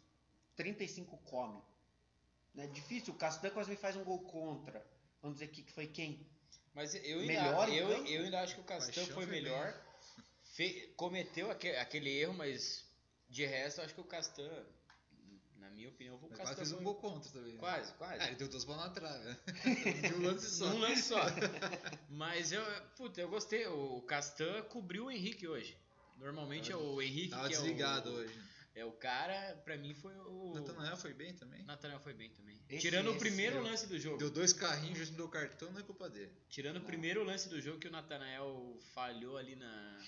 Speaker 4: 35 come. É difícil, o Castan quase me faz um gol contra. Vamos dizer que que foi quem?
Speaker 1: Mas eu ainda,
Speaker 4: Melhor em
Speaker 1: eu,
Speaker 4: campo?
Speaker 1: eu ainda acho que o Castan
Speaker 2: Paixão
Speaker 1: foi
Speaker 2: foi bem.
Speaker 1: melhor. Fe- cometeu aque- aquele erro, mas de resto eu acho que o Castan, na minha opinião, o
Speaker 2: Mas
Speaker 1: Castan
Speaker 2: quase fez um
Speaker 1: foi-
Speaker 2: gol contra também. né?
Speaker 1: Quase, quase.
Speaker 2: Ah, ele deu duas bolas na trave. né? De um lance só.
Speaker 1: Um lance só. Mas eu, puta, eu gostei. O Castan cobriu o Henrique hoje. Normalmente é o Henrique
Speaker 2: Tava
Speaker 1: que é
Speaker 2: desligado
Speaker 1: o,
Speaker 2: hoje.
Speaker 1: é o cara. Pra mim foi o.
Speaker 2: O Natanael foi bem também.
Speaker 1: Natanael foi bem também.
Speaker 4: Esse-
Speaker 1: Tirando o
Speaker 4: esse
Speaker 1: primeiro
Speaker 4: deu-
Speaker 1: lance do jogo.
Speaker 2: Deu dois carrinhos, já deu cartão, não é culpa dele.
Speaker 1: Tirando o
Speaker 4: Não.
Speaker 1: primeiro lance do jogo que o Natanael falhou ali na.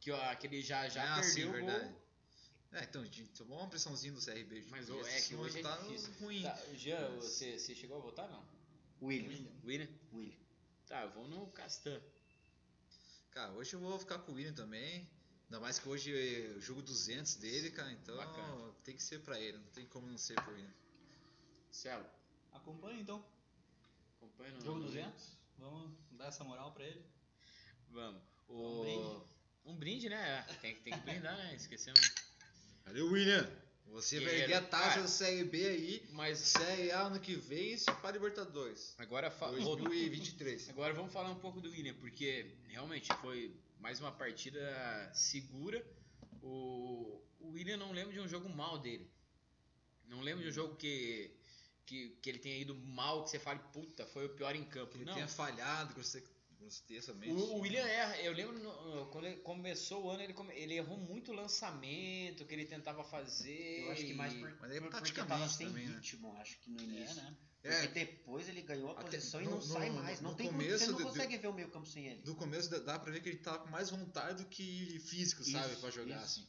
Speaker 1: Que ó, aquele já já
Speaker 2: Ah, sim,
Speaker 1: perdeu o
Speaker 2: verdade.
Speaker 1: gol.
Speaker 2: É, então, gente, tomou uma pressãozinha do CRB. de
Speaker 1: Mas,
Speaker 2: começo,
Speaker 1: ô, é que
Speaker 2: um
Speaker 1: hoje é
Speaker 2: resultado
Speaker 1: difícil.
Speaker 2: ruim.
Speaker 1: Tá, Jean, você, você chegou a votar não?
Speaker 4: William.
Speaker 1: William?
Speaker 4: William.
Speaker 1: Tá, eu vou no Castan.
Speaker 2: Cara, hoje eu vou ficar com o William também. Ainda mais que hoje é o jogo 200 dele, cara. Então
Speaker 1: Bacana.
Speaker 2: tem que ser pra ele. Não tem como não ser pro William.
Speaker 1: Celo,
Speaker 3: Acompanha então.
Speaker 1: acompanha no.
Speaker 3: Jogo
Speaker 1: no-
Speaker 3: 200. Vamos dar essa moral pra ele.
Speaker 1: Vamos.
Speaker 3: Um brinde.
Speaker 1: Um brinde, né? Tem, tem que brindar, né? Esquecemos.
Speaker 2: Valeu, William! Você vai
Speaker 5: Guerreiro,
Speaker 2: erguer a taça
Speaker 5: cara.
Speaker 2: da Série B aí,
Speaker 5: Mas
Speaker 2: Série A ano que vem e se pá Libertadores.
Speaker 5: agora fa- Rodolfo,
Speaker 2: 2023.
Speaker 1: Agora vamos falar um pouco do William, porque realmente foi mais uma partida segura. O, o William não lembro de um jogo mal dele. Não lembro de um jogo que, que, que ele tenha ido mal, que você fale, puta, foi o pior em campo.
Speaker 2: Que ele
Speaker 1: não.
Speaker 2: tenha falhado grosse- grosseiramente.
Speaker 1: O, o William erra. Eu lembro no- quando ele começou o ano, ele, come- ele errou muito lançamento que ele tentava fazer.
Speaker 4: Eu acho que mais
Speaker 1: e-
Speaker 4: por,
Speaker 2: Mas aí
Speaker 4: por- porque
Speaker 2: taticamente
Speaker 4: tava sem
Speaker 2: também, né?
Speaker 4: ritmo, acho que no
Speaker 3: É,
Speaker 4: início.
Speaker 3: né?
Speaker 2: É,
Speaker 4: Porque depois ele ganhou a
Speaker 2: Até
Speaker 4: posição e
Speaker 2: no-
Speaker 4: não
Speaker 2: no-
Speaker 4: sai mais. Não
Speaker 2: no
Speaker 4: tem como.
Speaker 2: começo
Speaker 4: Você não
Speaker 2: do-
Speaker 4: consegue ver o meio campo sem ele.
Speaker 2: do começo dá- dá pra ver que ele tava com mais vontade do que físico,
Speaker 4: Isso,
Speaker 2: sabe? Pra jogar
Speaker 4: isso.
Speaker 2: assim.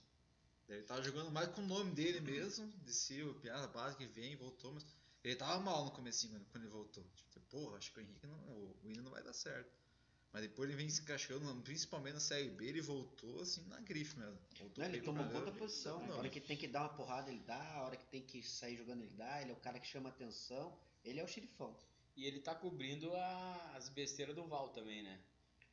Speaker 2: Ele tava jogando mais com o nome dele mesmo. Desceu, piada base que vem, voltou. Mas ele tava mal no comecinho quando- quando ele voltou. Tipo, porra, acho que o Henrique não. O William não vai dar certo. Mas depois ele vem se encaixando, principalmente na Série B, ele voltou assim na grife mesmo. Voltou
Speaker 4: Não, ele
Speaker 2: bem
Speaker 4: tomou
Speaker 2: pra
Speaker 4: conta da
Speaker 2: caramba,
Speaker 4: posição.
Speaker 2: não,
Speaker 4: A hora
Speaker 2: não.
Speaker 4: que tem que dar uma porrada, ele dá. A hora que tem que sair jogando, ele dá. Ele é o cara que chama atenção. Ele é o xerifão.
Speaker 1: E ele tá cobrindo a- as besteiras do Val também, né?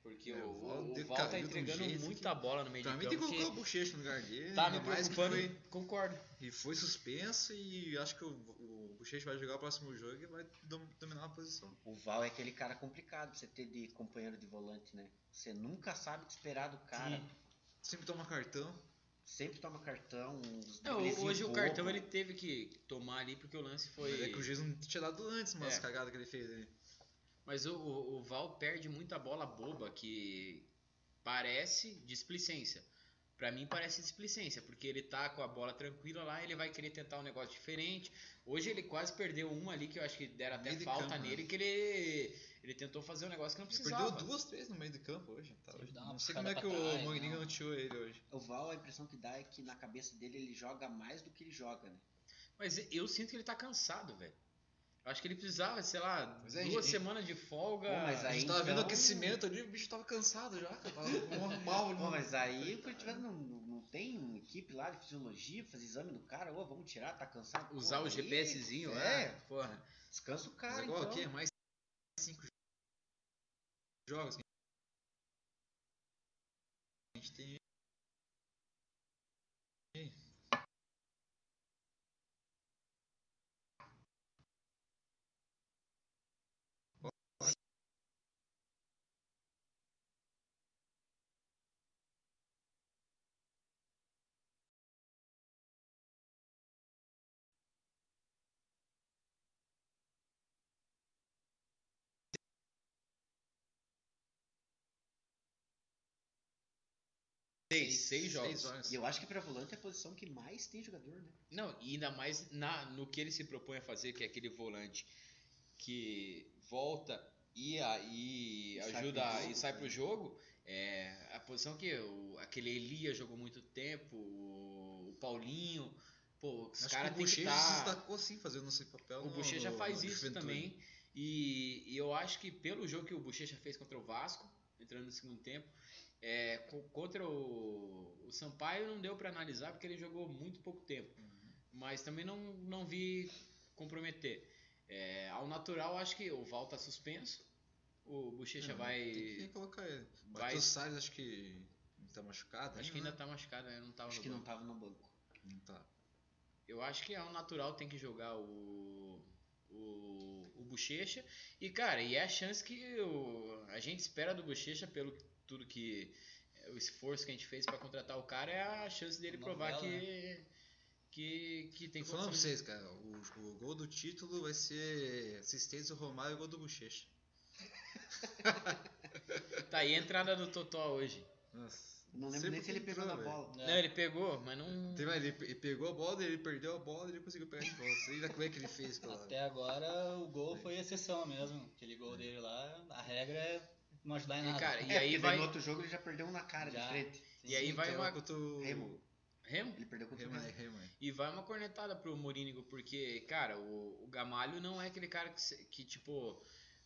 Speaker 1: Porque
Speaker 2: É,
Speaker 1: o,
Speaker 2: o Val
Speaker 1: o- o
Speaker 2: decaiu
Speaker 1: Val tá
Speaker 2: de um
Speaker 1: entregando
Speaker 2: jeito
Speaker 1: muita bola no meio
Speaker 2: Pra
Speaker 1: de
Speaker 2: mim tem que
Speaker 1: campo.
Speaker 2: colocar o
Speaker 1: que
Speaker 2: bochecha no lugar dele.
Speaker 1: tá me
Speaker 2: ainda mais que
Speaker 1: preocupando.
Speaker 2: foi-
Speaker 1: Concordo.
Speaker 2: E foi suspenso e acho que o, o Bochecha vai jogar o próximo jogo e vai dom- dominar a posição.
Speaker 4: O Val é aquele cara complicado pra você ter de companheiro de volante, né? Você nunca sabe o que esperar do cara.
Speaker 3: Sim.
Speaker 2: Sempre toma cartão.
Speaker 4: Sempre toma cartão. Uns
Speaker 1: Não,
Speaker 4: driblezinho
Speaker 1: hoje o
Speaker 4: bobo.
Speaker 1: cartão ele teve que tomar ali porque o lance
Speaker 2: Foi.
Speaker 1: foi.
Speaker 2: Mas é que o juiz não tinha dado antes, mas
Speaker 1: É.
Speaker 2: as cagadas que ele fez ali.
Speaker 1: Mas o, o, o Val perde muita bola boba que parece displicência. Pra mim parece displicência, porque ele tá com a bola tranquila lá, ele vai querer tentar um negócio diferente. Hoje ele quase perdeu uma ali que eu acho que deram até
Speaker 2: Meio de
Speaker 1: falta
Speaker 2: campo, né?
Speaker 1: nele, que ele, ele tentou fazer um negócio que não
Speaker 2: Ele
Speaker 1: precisava.
Speaker 2: perdeu duas, três no meio do campo hoje. tá?
Speaker 3: Teve que dar uma
Speaker 2: Não sei como
Speaker 3: puxada
Speaker 2: é que
Speaker 3: pra
Speaker 2: o
Speaker 3: trás, então.
Speaker 2: Mourinho
Speaker 3: não.
Speaker 2: não tirou ele hoje.
Speaker 4: O Val, a impressão que dá é que na cabeça dele ele joga mais do que ele joga, né?
Speaker 1: Mas eu sinto que ele tá cansado, velho. Eu acho que ele precisava, sei lá,
Speaker 2: Mas é,
Speaker 1: duas
Speaker 2: gente-
Speaker 1: semanas de folga.
Speaker 4: Bom, mas
Speaker 2: A gente
Speaker 4: Aí,
Speaker 2: tava vendo o
Speaker 4: então-
Speaker 2: aquecimento ali, o bicho tava cansado já, cara. Tava um mal.
Speaker 4: Pô, mas aí o Curitiba não, não, não tem uma equipe lá de fisiologia, fazer exame do cara, ô, vamos tirar, tá cansado. Pô,
Speaker 1: Usar o
Speaker 4: aí
Speaker 1: GPSzinho lá.
Speaker 4: é.
Speaker 1: Porra.
Speaker 4: Descansa o
Speaker 2: Mas
Speaker 4: cara,
Speaker 2: igual
Speaker 4: então.
Speaker 2: aqui é mais cinco jogos. A gente tem.
Speaker 1: Seis, seis jogos.
Speaker 2: horas.
Speaker 4: E eu acho que pra volante é a posição que mais tem jogador, né?
Speaker 1: Não, e ainda mais na, no que ele se propõe a fazer, que é aquele volante que volta e, a- e
Speaker 4: E sai pro
Speaker 1: ajuda
Speaker 4: jogo,
Speaker 1: e sai
Speaker 4: né?
Speaker 1: pro jogo. É a posição que o, aquele Elias jogou muito tempo, o, o Paulinho. Pô, os
Speaker 2: Acho
Speaker 1: caras
Speaker 2: que o
Speaker 1: têm que tá
Speaker 2: Bochecha
Speaker 1: estar.
Speaker 2: se
Speaker 4: tá
Speaker 2: destacou sim fazendo esse papel.
Speaker 1: O
Speaker 2: no-
Speaker 1: Bochecha
Speaker 2: Então, no-
Speaker 1: faz
Speaker 2: no
Speaker 1: isso
Speaker 2: Juventude.
Speaker 1: também. E, e eu acho que pelo jogo que o Bochecha fez contra o Vasco, entrando no segundo tempo, é, co- contra o, o Sampaio não deu pra analisar porque ele jogou muito pouco tempo.
Speaker 2: Uhum.
Speaker 1: Mas também não, não vi comprometer. É, ao natural, acho que o Val tá suspenso. O Bochecha
Speaker 2: É,
Speaker 1: vai.
Speaker 2: Tem que colocar ele.
Speaker 1: vai-
Speaker 2: Matheus Salles acho que tá machucado.
Speaker 1: Acho que ainda
Speaker 2: né?
Speaker 1: tá machucado, né? Não tava
Speaker 4: Acho
Speaker 1: no
Speaker 4: que não
Speaker 1: banco.
Speaker 4: tava no banco.
Speaker 2: Não tá.
Speaker 1: Eu acho que ao natural tem que jogar o. O, o Bochecha. E, cara, e é a chance que o, a gente espera do Bochecha, pelo tudo que. é, O esforço que a gente fez pra contratar o cara, é a né? chance dele provar
Speaker 3: Novela,
Speaker 1: que, que. Que tem
Speaker 2: Tô falando pra
Speaker 1: condição de-
Speaker 2: vocês, cara. O, o gol do título vai ser assistência do Romário e o gol do Bochecha.
Speaker 1: Tá aí a entrada do Totó hoje.
Speaker 2: Nossa.
Speaker 4: Eu não lembro
Speaker 2: sei
Speaker 4: nem
Speaker 2: por
Speaker 4: se
Speaker 2: que
Speaker 4: ele pegou
Speaker 2: entrou,
Speaker 4: na
Speaker 2: velho.
Speaker 4: bola.
Speaker 1: Não, ele pegou, mas não.
Speaker 2: Teve ali, Ele, ele pegou a bola, ele perdeu a bola e ele conseguiu pegar de volta. Sei lá como é que ele fez, cara.
Speaker 3: Até agora o gol foi exceção mesmo. Aquele gol dele lá, a regra é não ajudar em
Speaker 1: E,
Speaker 3: nada.
Speaker 1: cara,
Speaker 4: É,
Speaker 1: e
Speaker 4: porque
Speaker 1: aí
Speaker 4: daí
Speaker 1: vai.
Speaker 4: no outro jogo ele já perdeu um na cara de
Speaker 3: Já.
Speaker 4: frente.
Speaker 1: E aí vai
Speaker 2: Então,
Speaker 1: uma.
Speaker 2: contra o-
Speaker 4: Remo.
Speaker 1: Remo?
Speaker 4: Ele perdeu contra o
Speaker 2: Remo, é,
Speaker 4: Remo.
Speaker 2: Remo. é.
Speaker 1: E vai uma cornetada pro Morínigo, porque, cara, o, o Gamalho não é aquele cara que, se- que, tipo,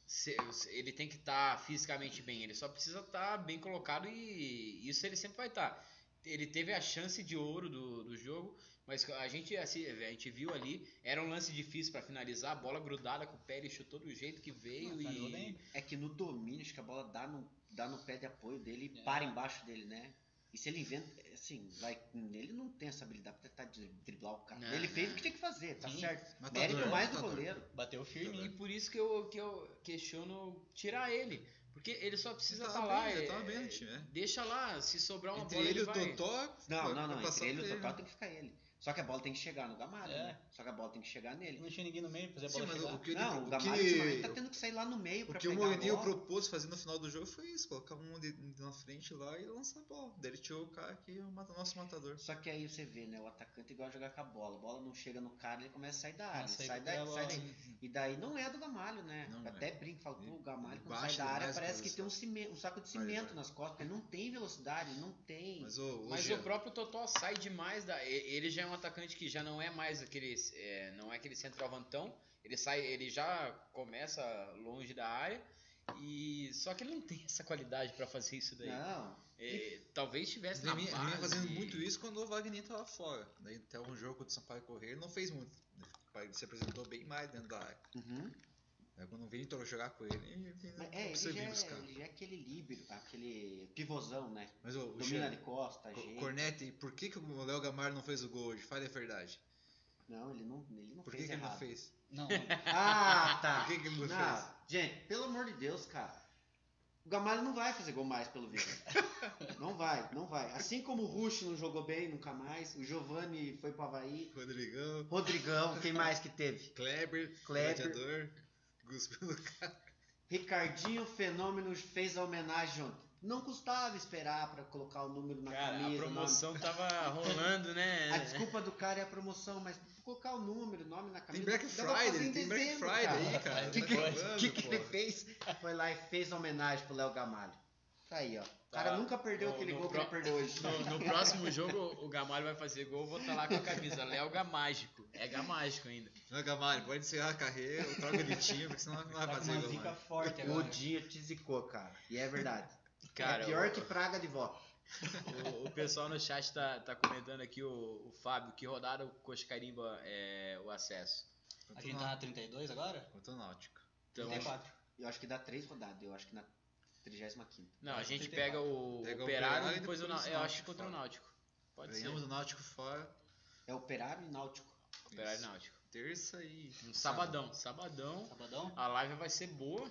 Speaker 1: se- ele tem que estar fisicamente bem, ele só precisa estar bem colocado e isso ele sempre vai estar. Ele teve a chance de ouro do, do jogo, mas a gente, assi- a gente viu ali, era um lance difícil pra finalizar, a bola grudada com o pé, ele chutou do jeito que veio
Speaker 2: tá
Speaker 3: Não, falhou
Speaker 1: e...
Speaker 3: bem.
Speaker 4: É que no domínio, acho que a bola dá no, dá no pé de apoio dele e
Speaker 3: É.
Speaker 4: para embaixo dele, né? E se ele inventa, assim, vai, ele não tem essa habilidade pra tentar dri- driblar o cara.
Speaker 1: Não,
Speaker 4: ele fez
Speaker 1: não.
Speaker 4: o que tinha que fazer, tá
Speaker 2: Sim,
Speaker 4: certo.
Speaker 2: matador, né,
Speaker 4: Mérito mais do
Speaker 2: matador.
Speaker 4: goleiro.
Speaker 5: Bateu firme.
Speaker 1: E por isso que eu, que eu questiono tirar ele. Porque ele só precisa
Speaker 2: Ele
Speaker 1: estar
Speaker 2: tava
Speaker 1: lá.
Speaker 2: bem, ele
Speaker 1: é-
Speaker 2: tava bem no time, né?
Speaker 1: Deixa lá, se sobrar uma
Speaker 2: Entre
Speaker 1: bola,
Speaker 2: ele
Speaker 1: ele
Speaker 2: e o
Speaker 1: vai.
Speaker 2: Totó.
Speaker 4: Não, não, não.
Speaker 2: passava
Speaker 4: Entre ele e o
Speaker 2: dele,
Speaker 4: Total
Speaker 2: né?
Speaker 4: tem que ficar ele. Só que a bola tem que chegar no Gamalho,
Speaker 5: É.
Speaker 4: né? Só que a bola tem que chegar nele.
Speaker 5: Não tinha ninguém no meio pra fazer a
Speaker 2: Sim,
Speaker 5: bola
Speaker 2: mas
Speaker 5: chegar.
Speaker 2: o que, ele,
Speaker 4: não, o
Speaker 2: o
Speaker 4: Gamalho ultimamente
Speaker 2: que,
Speaker 4: tá tendo que sair lá no meio
Speaker 2: o,
Speaker 4: pra
Speaker 2: que o
Speaker 4: pegar a
Speaker 2: Mourinho
Speaker 4: bola.
Speaker 2: propôs fazer no final do jogo foi isso: colocar um de, de na frente lá e lançar a bola. Daí ele tirou o cara que é o mata- nosso matador.
Speaker 4: Só que aí você vê, né? O atacante igual a jogar com a bola. A bola não chega no cara, ele começa a sair da área.
Speaker 5: Ah,
Speaker 4: Ele
Speaker 5: saiu
Speaker 4: sai,
Speaker 5: com
Speaker 4: da,
Speaker 5: ela,
Speaker 4: sai
Speaker 3: assim.
Speaker 4: daí.
Speaker 5: ó.
Speaker 4: E daí não é do Gamalho, né?
Speaker 2: Não
Speaker 4: Até
Speaker 2: é.
Speaker 4: brinca, fala, pô, o Gamalho
Speaker 2: Ele
Speaker 4: quando sai
Speaker 2: baixa
Speaker 4: da área
Speaker 2: demais a
Speaker 4: parece que
Speaker 2: cabeça.
Speaker 4: tem um, cime- um saco de
Speaker 2: Vai,
Speaker 4: cimento
Speaker 2: vai.
Speaker 4: nas costas, porque ele não tem velocidade, não tem.
Speaker 2: Mas o, o
Speaker 1: Mas
Speaker 2: Jean-
Speaker 1: o próprio Totó sai demais da. e- Ele já é um atacante que já não é mais aquele. é, não é aquele centroavantão. Ele sai, ele já começa longe da área. E só que ele não tem essa qualidade pra fazer isso daí.
Speaker 4: Não.
Speaker 1: É, talvez tivesse na
Speaker 2: Ele vinha- ele vinha
Speaker 1: base.
Speaker 2: fazendo muito isso quando o Wagner tava fora. Daí até um jogo contra o Sampaio Correia ele não fez muito. Ele se apresentou bem mais dentro da área.
Speaker 4: Uhum.
Speaker 2: Aí quando veio entrou jogar com ele, ele
Speaker 4: Mas
Speaker 2: não
Speaker 4: é, ele já
Speaker 2: precisa vir
Speaker 4: é,
Speaker 2: buscar.
Speaker 4: ele já é aquele líbero, aquele pivôzão, né?
Speaker 2: Mas o, o
Speaker 4: Domina
Speaker 2: Jean,
Speaker 4: de costa,
Speaker 2: Co-
Speaker 4: gente.
Speaker 2: Cornete, por que, que o Léo Gamalho não fez o gol hoje? Fale a verdade.
Speaker 4: Não, ele não, ele não
Speaker 2: Por que,
Speaker 4: fez
Speaker 2: que ele
Speaker 4: errado.
Speaker 2: não fez?
Speaker 5: Não,
Speaker 4: Ah, tá.
Speaker 2: Por que, que ele não
Speaker 4: Não,
Speaker 2: fez?
Speaker 4: gente, pelo amor de Deus, cara. O Gamalho não vai fazer gol mais, pelo visto. não vai, não vai. Assim como o Rush não jogou bem nunca mais, o Giovanni foi pro Havaí.
Speaker 2: Rodrigão,
Speaker 4: Rodrigão, quem mais que teve?
Speaker 2: Kleber,
Speaker 4: Kleber.
Speaker 2: gladiador, cuspiu no cara.
Speaker 4: Ricardinho Fenômeno fez a homenagem ontem. Não custava esperar pra colocar o número na
Speaker 1: Cara, a
Speaker 4: camisa. o nome.
Speaker 1: promoção tava rolando, né?
Speaker 4: A desculpa do cara é a promoção, mas colocar o número, o nome na
Speaker 2: Tem
Speaker 4: camisa.
Speaker 2: Black
Speaker 4: dava pra fazer
Speaker 2: Friday,
Speaker 4: em
Speaker 2: tem Black
Speaker 4: dezembro,
Speaker 2: Friday
Speaker 4: cara.
Speaker 2: aí, cara.
Speaker 5: O que
Speaker 2: tá
Speaker 5: que-
Speaker 4: O
Speaker 2: acabando,
Speaker 4: que, que ele
Speaker 2: pô.
Speaker 4: fez? Foi lá e fez a homenagem pro Léo Gamalho. Tá aí, ó. O cara
Speaker 1: Tá.
Speaker 4: nunca perdeu
Speaker 1: No-
Speaker 4: aquele
Speaker 1: no
Speaker 4: gol que
Speaker 1: pro-
Speaker 4: ele perdeu hoje.
Speaker 1: No, no próximo jogo o Gamalho vai fazer gol, eu vou estar lá com a camisa. Léo Gamágico. É Gamágico ainda.
Speaker 2: Não, Gamalho, pode encerrar a carreira, ou troca de time, porque senão não vai
Speaker 3: Tá com
Speaker 2: fazer
Speaker 3: uma
Speaker 2: gol.
Speaker 3: zica
Speaker 2: mais.
Speaker 3: forte
Speaker 4: O
Speaker 3: agora.
Speaker 4: Dinho te zicou, cara. E é verdade.
Speaker 1: Cara,
Speaker 4: é pior
Speaker 1: o-
Speaker 4: que praga de vó.
Speaker 1: O, o pessoal no chat tá, tá comentando aqui, o, o Fábio, que rodada o Coxa Carimba é, o acesso.
Speaker 3: A
Speaker 2: Quanto
Speaker 3: gente tá na 32 agora?
Speaker 2: Náutico, Quanto Náutico.
Speaker 1: Então,
Speaker 3: 34.
Speaker 4: Eu acho que dá três rodadas. Eu acho que na 35.
Speaker 1: não, a gente
Speaker 3: 34.
Speaker 1: pega o
Speaker 2: Pega o
Speaker 1: Operário
Speaker 2: Operário
Speaker 1: e
Speaker 2: e
Speaker 1: depois o
Speaker 2: depois
Speaker 1: Náutico.
Speaker 2: o
Speaker 1: Eu acho que
Speaker 2: Náutico
Speaker 1: contra o
Speaker 2: fora.
Speaker 1: Náutico. Pode
Speaker 2: Ganhamos
Speaker 1: ser.
Speaker 2: o Náutico fora.
Speaker 4: É operário e náutico.
Speaker 1: Operário e
Speaker 2: Isso.
Speaker 1: Náutico.
Speaker 2: Terça e.
Speaker 1: Um sabadão. Sabadão.
Speaker 3: Sabadão?
Speaker 1: A live vai ser boa.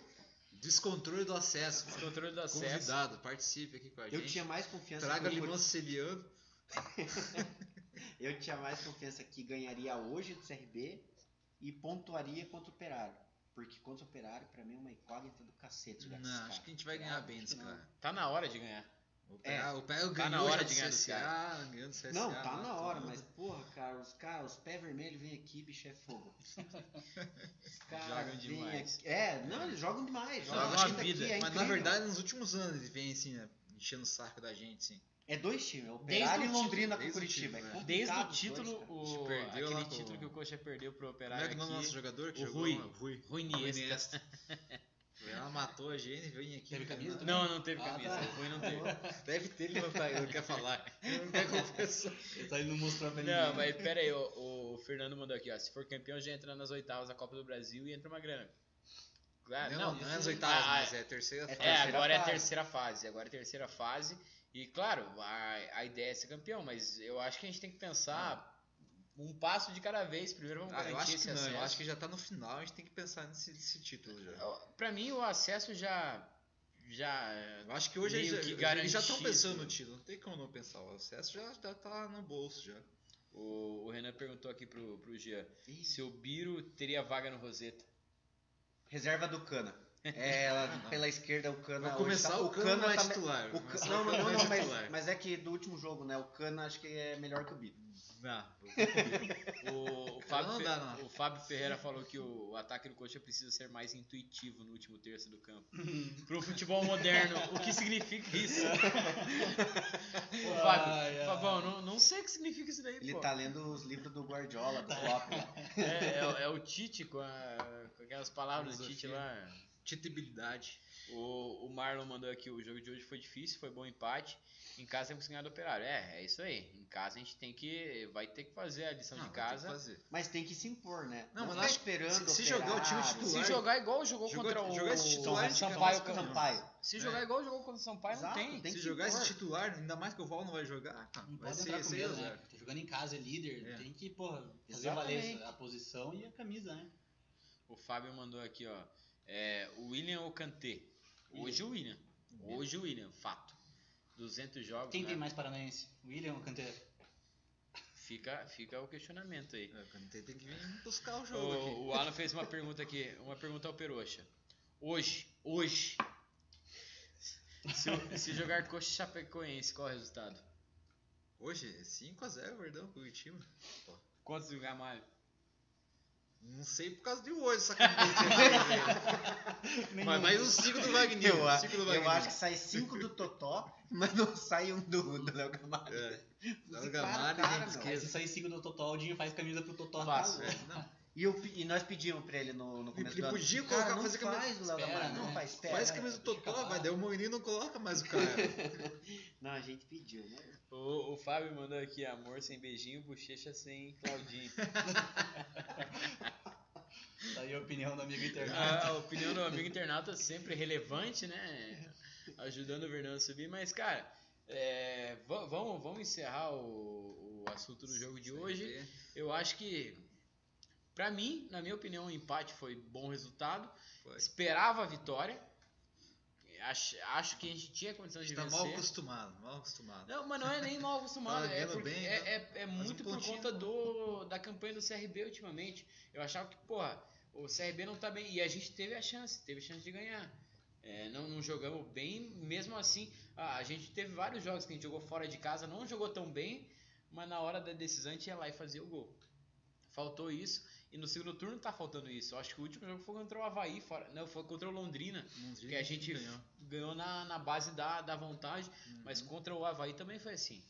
Speaker 2: Descontrole do acesso.
Speaker 1: Controle do acesso.
Speaker 2: Convidado, participe aqui com a
Speaker 4: Eu
Speaker 2: gente.
Speaker 4: tinha mais confiança
Speaker 2: Traga
Speaker 4: que o
Speaker 2: limão siciliano.
Speaker 4: Curi- Eu tinha mais confiança que ganharia hoje do CRB e pontuaria contra o operário. Porque contra o operário, pra mim, é uma incógnita do cacete. jogar com esses
Speaker 2: Não, acho
Speaker 4: caras.
Speaker 2: que a gente vai ganhar bem desse cara.
Speaker 1: Tá na hora de ganhar.
Speaker 2: O PA, o PA ganhou
Speaker 1: Tá na hora
Speaker 2: já
Speaker 1: de
Speaker 2: do
Speaker 1: ganhar desse
Speaker 2: CSA, ganhou do CSA.
Speaker 4: Não, tá na hora,
Speaker 2: tudo.
Speaker 4: mas porra, cara, os caras, os pé vermelho vêm aqui, bicho, é fogo. Os caras
Speaker 1: Jogam
Speaker 4: vêm
Speaker 1: demais.
Speaker 4: aqui- É, não, eles jogam demais.
Speaker 1: Jogam
Speaker 4: Jogam
Speaker 1: a
Speaker 4: ainda
Speaker 1: vida,
Speaker 4: aqui, é
Speaker 2: Mas na
Speaker 4: incrível.
Speaker 2: verdade, nos últimos anos eles vêm assim, né? Enchendo o saco da gente, sim.
Speaker 4: É dois times, é o
Speaker 1: Desde
Speaker 4: Operário e
Speaker 1: o título,
Speaker 4: Londrina com
Speaker 2: desde o
Speaker 4: Curitiba.
Speaker 2: título,
Speaker 4: é
Speaker 2: né?
Speaker 4: complicado
Speaker 1: Desde o
Speaker 4: os
Speaker 1: título,
Speaker 4: dois, cara.
Speaker 1: o,
Speaker 2: Perdeu
Speaker 1: aquele
Speaker 2: lá com-
Speaker 1: título que o Coxa perdeu pro
Speaker 2: Como é que
Speaker 1: Operário
Speaker 2: é o nome do nosso
Speaker 1: aqui.
Speaker 2: jogador que
Speaker 1: o
Speaker 2: jogou?
Speaker 1: Rui.
Speaker 2: lá? Rui.
Speaker 1: Rui Niesta.
Speaker 2: Ela matou a gente, vem aqui.
Speaker 3: Teve camisa também?
Speaker 1: Não, não teve
Speaker 3: Ah,
Speaker 1: camisa.
Speaker 3: tá.
Speaker 1: O Rui não teve.
Speaker 2: Deve ter, ele não, tá, ele não quer falar. Ele não quer confessar.
Speaker 3: Ele tá indo mostrar pra
Speaker 1: Não,
Speaker 3: ninguém.
Speaker 1: mas pera aí, o, o Fernando mandou aqui, ó. Se for campeão, já entra nas oitavas da Copa do Brasil e entra uma grana. Claro,
Speaker 2: Não,
Speaker 1: não.
Speaker 2: não é as oitavas,
Speaker 1: Ah,
Speaker 2: mas é a terceira
Speaker 4: é
Speaker 2: fase.
Speaker 1: É,
Speaker 4: terceira
Speaker 1: agora é a
Speaker 4: fase.
Speaker 1: terceira fase. Agora é a terceira fase. E claro, a, a ideia é ser campeão, mas eu acho que a gente tem que pensar um passo de cada vez. Primeiro vamos
Speaker 2: É. Ah, eu
Speaker 1: garantir
Speaker 2: acho que
Speaker 1: esse
Speaker 2: não,
Speaker 1: acesso.
Speaker 2: eu acho que já tá no final, a gente tem que pensar nesse, nesse título já.
Speaker 1: Pra mim, o acesso já. já
Speaker 2: Eu acho que hoje
Speaker 1: Meio
Speaker 2: eles,
Speaker 1: que
Speaker 2: já- eles já estão
Speaker 1: garantido.
Speaker 2: pensando no título, não tem como não pensar. O acesso já, já tá no bolso já.
Speaker 1: o, o Renan perguntou aqui pro, pro Jean se o Biro teria vaga no Roseta.
Speaker 4: Reserva do Cana. É, ela- pela esquerda o Cana.
Speaker 2: Vai
Speaker 4: hoje
Speaker 2: começar,
Speaker 4: tá-
Speaker 2: o Cano não é
Speaker 4: tá-
Speaker 2: titular.
Speaker 4: o
Speaker 2: vai
Speaker 4: Cana-
Speaker 2: começar
Speaker 4: Não,
Speaker 2: o Cano
Speaker 4: não, não,
Speaker 2: é
Speaker 4: mas,
Speaker 2: titular.
Speaker 4: mas é que do último jogo, né? O Cana acho que é melhor que o Bito.
Speaker 1: O, o Fábio,
Speaker 2: Não
Speaker 1: Fe-
Speaker 2: dá, não.
Speaker 1: o Fábio Ferreira falou que o, o ataque do Coxa precisa ser mais intuitivo no último terço do campo.
Speaker 2: Uhum.
Speaker 1: Pro futebol moderno, o que significa isso? Ô, Fábio,
Speaker 3: Ai, ai.
Speaker 1: Fabão, não, não sei o que significa isso daí,
Speaker 4: Ele
Speaker 1: pô.
Speaker 4: tá lendo os livros do Guardiola, do Klopp. lá.
Speaker 1: É, é o- é o Tite com, a- com aquelas palavras do Tite
Speaker 2: Filosofia.
Speaker 1: lá. titibilidade. O, o Marlon mandou aqui, o jogo de hoje foi difícil, foi bom empate. Em casa temos que ganhar do operário. É, é isso aí. Em casa a gente tem que. Vai ter que fazer a lição
Speaker 2: Não,
Speaker 1: de
Speaker 2: vai ter que
Speaker 1: casa.
Speaker 2: fazer.
Speaker 4: Mas tem que se impor, né?
Speaker 2: Não, mas
Speaker 4: ficar
Speaker 2: nós-
Speaker 4: esperando.
Speaker 2: se- se jogar o time
Speaker 4: operário,
Speaker 1: Se
Speaker 2: titular-
Speaker 1: jogar igual jogou
Speaker 2: Jogou-
Speaker 1: contra o.
Speaker 2: jogou esse titular de
Speaker 1: Sampaio,
Speaker 2: casa.
Speaker 4: Sampaio.
Speaker 1: Se
Speaker 2: É.
Speaker 1: jogar igual jogou contra o Sampaio,
Speaker 4: Exato,
Speaker 1: não tem.
Speaker 4: tem
Speaker 2: Se
Speaker 4: que
Speaker 2: jogar esse
Speaker 4: impor.
Speaker 2: titular, ainda mais que o Val não vai jogar, ah,
Speaker 3: Não
Speaker 2: vai
Speaker 3: pode
Speaker 2: ser
Speaker 3: entrar com
Speaker 2: 6 a
Speaker 3: medo, né?
Speaker 2: 0.
Speaker 3: Tá jogando em casa, é líder.
Speaker 2: É.
Speaker 3: Tem que, porra, fazer
Speaker 4: Exatamente.
Speaker 3: valer a posição e a camisa, né?
Speaker 1: O Fábio mandou aqui, ó. É, o William ou Kanté? Hoje o William. Hoje o William, fato. 200 jogos,
Speaker 3: Quem
Speaker 1: né?
Speaker 3: tem mais paranaense? William ou Kanté?
Speaker 1: Fica, fica o questionamento aí.
Speaker 2: É, o Kanté tem que vir buscar o jogo aqui.
Speaker 1: O, o Alan fez uma pergunta aqui, uma pergunta ao Peroxa. Hoje, hoje, se, o- se jogar Coxa e Chapecoense, qual é o resultado?
Speaker 2: Hoje é 5x0, Verdão, Curitiba.
Speaker 1: Quantos do Gamalho?
Speaker 2: Não sei por causa de hoje essa camisa. Mas mais um 5 do Wagner.
Speaker 4: Eu, a-
Speaker 2: um cinco do
Speaker 4: eu
Speaker 2: Wagner.
Speaker 4: acho que sai cinco do Totó, mas não sai um do, do Léo Gamalho.
Speaker 2: É. Léo
Speaker 4: Cara,
Speaker 2: Gamalho,
Speaker 4: cara,
Speaker 2: gente,
Speaker 4: meu.
Speaker 2: esquece.
Speaker 3: Aí se sair cinco do Totó, o Dinho faz camisa pro Totó.
Speaker 4: Fácil.
Speaker 2: É, não.
Speaker 4: E, eu pe- e nós pedimos pra ele no, no começo
Speaker 2: Ele
Speaker 4: do ano.
Speaker 2: podia
Speaker 4: Cara,
Speaker 2: colocar,
Speaker 4: não
Speaker 2: fazer
Speaker 4: faz
Speaker 2: camisa-
Speaker 4: o Léo
Speaker 3: Espera,
Speaker 4: Gamalho, não
Speaker 3: né?
Speaker 4: faz, espera.
Speaker 2: Faz camisa do
Speaker 3: deixa
Speaker 2: Totó,
Speaker 3: acabar.
Speaker 2: mas daí o Mourinho não coloca mais o cara.
Speaker 4: Não, a gente pediu, né?
Speaker 1: O, o Fábio mandou aqui, amor sem beijinho, bochecha sem Claudinho.
Speaker 3: Tá aí a opinião do amigo internauta.
Speaker 1: A, a opinião do amigo internauta é sempre relevante, né? Ajudando o Fernando a subir, mas, cara, é, va- vamos, vamos encerrar o, o assunto do jogo de hoje. Eu acho que, pra mim, na minha opinião, o empate foi bom resultado.
Speaker 2: Foi.
Speaker 1: Esperava a vitória. Acho, acho que a gente tinha condições de
Speaker 2: Tá mal
Speaker 1: vencer.
Speaker 2: acostumado, mal acostumado.
Speaker 1: Não, mas não é nem mal acostumado.
Speaker 2: Tá
Speaker 1: é,
Speaker 2: jogando
Speaker 1: porque-
Speaker 2: bem,
Speaker 1: é,
Speaker 2: né?
Speaker 1: é- é
Speaker 2: Faz um
Speaker 1: muito por
Speaker 2: pontinho.
Speaker 1: conta do, da campanha do CRB ultimamente. Eu achava que, porra, o CRB não tá bem. E a gente teve a chance, teve chance de ganhar. É, não, não jogamos bem, mesmo assim. A, a gente teve vários jogos que a gente jogou fora de casa, não jogou tão bem, mas na hora da decisão a gente ia lá e fazia o gol. Faltou isso. E no segundo turno tá faltando isso. Eu acho que o último jogo foi contra o Havaí, fora, não, foi contra o Londrina.
Speaker 2: Londrina
Speaker 1: Que a gente
Speaker 2: ganhou. Uhum.
Speaker 1: ganhou na, na base da, da vontade, mas contra o Havaí também foi assim.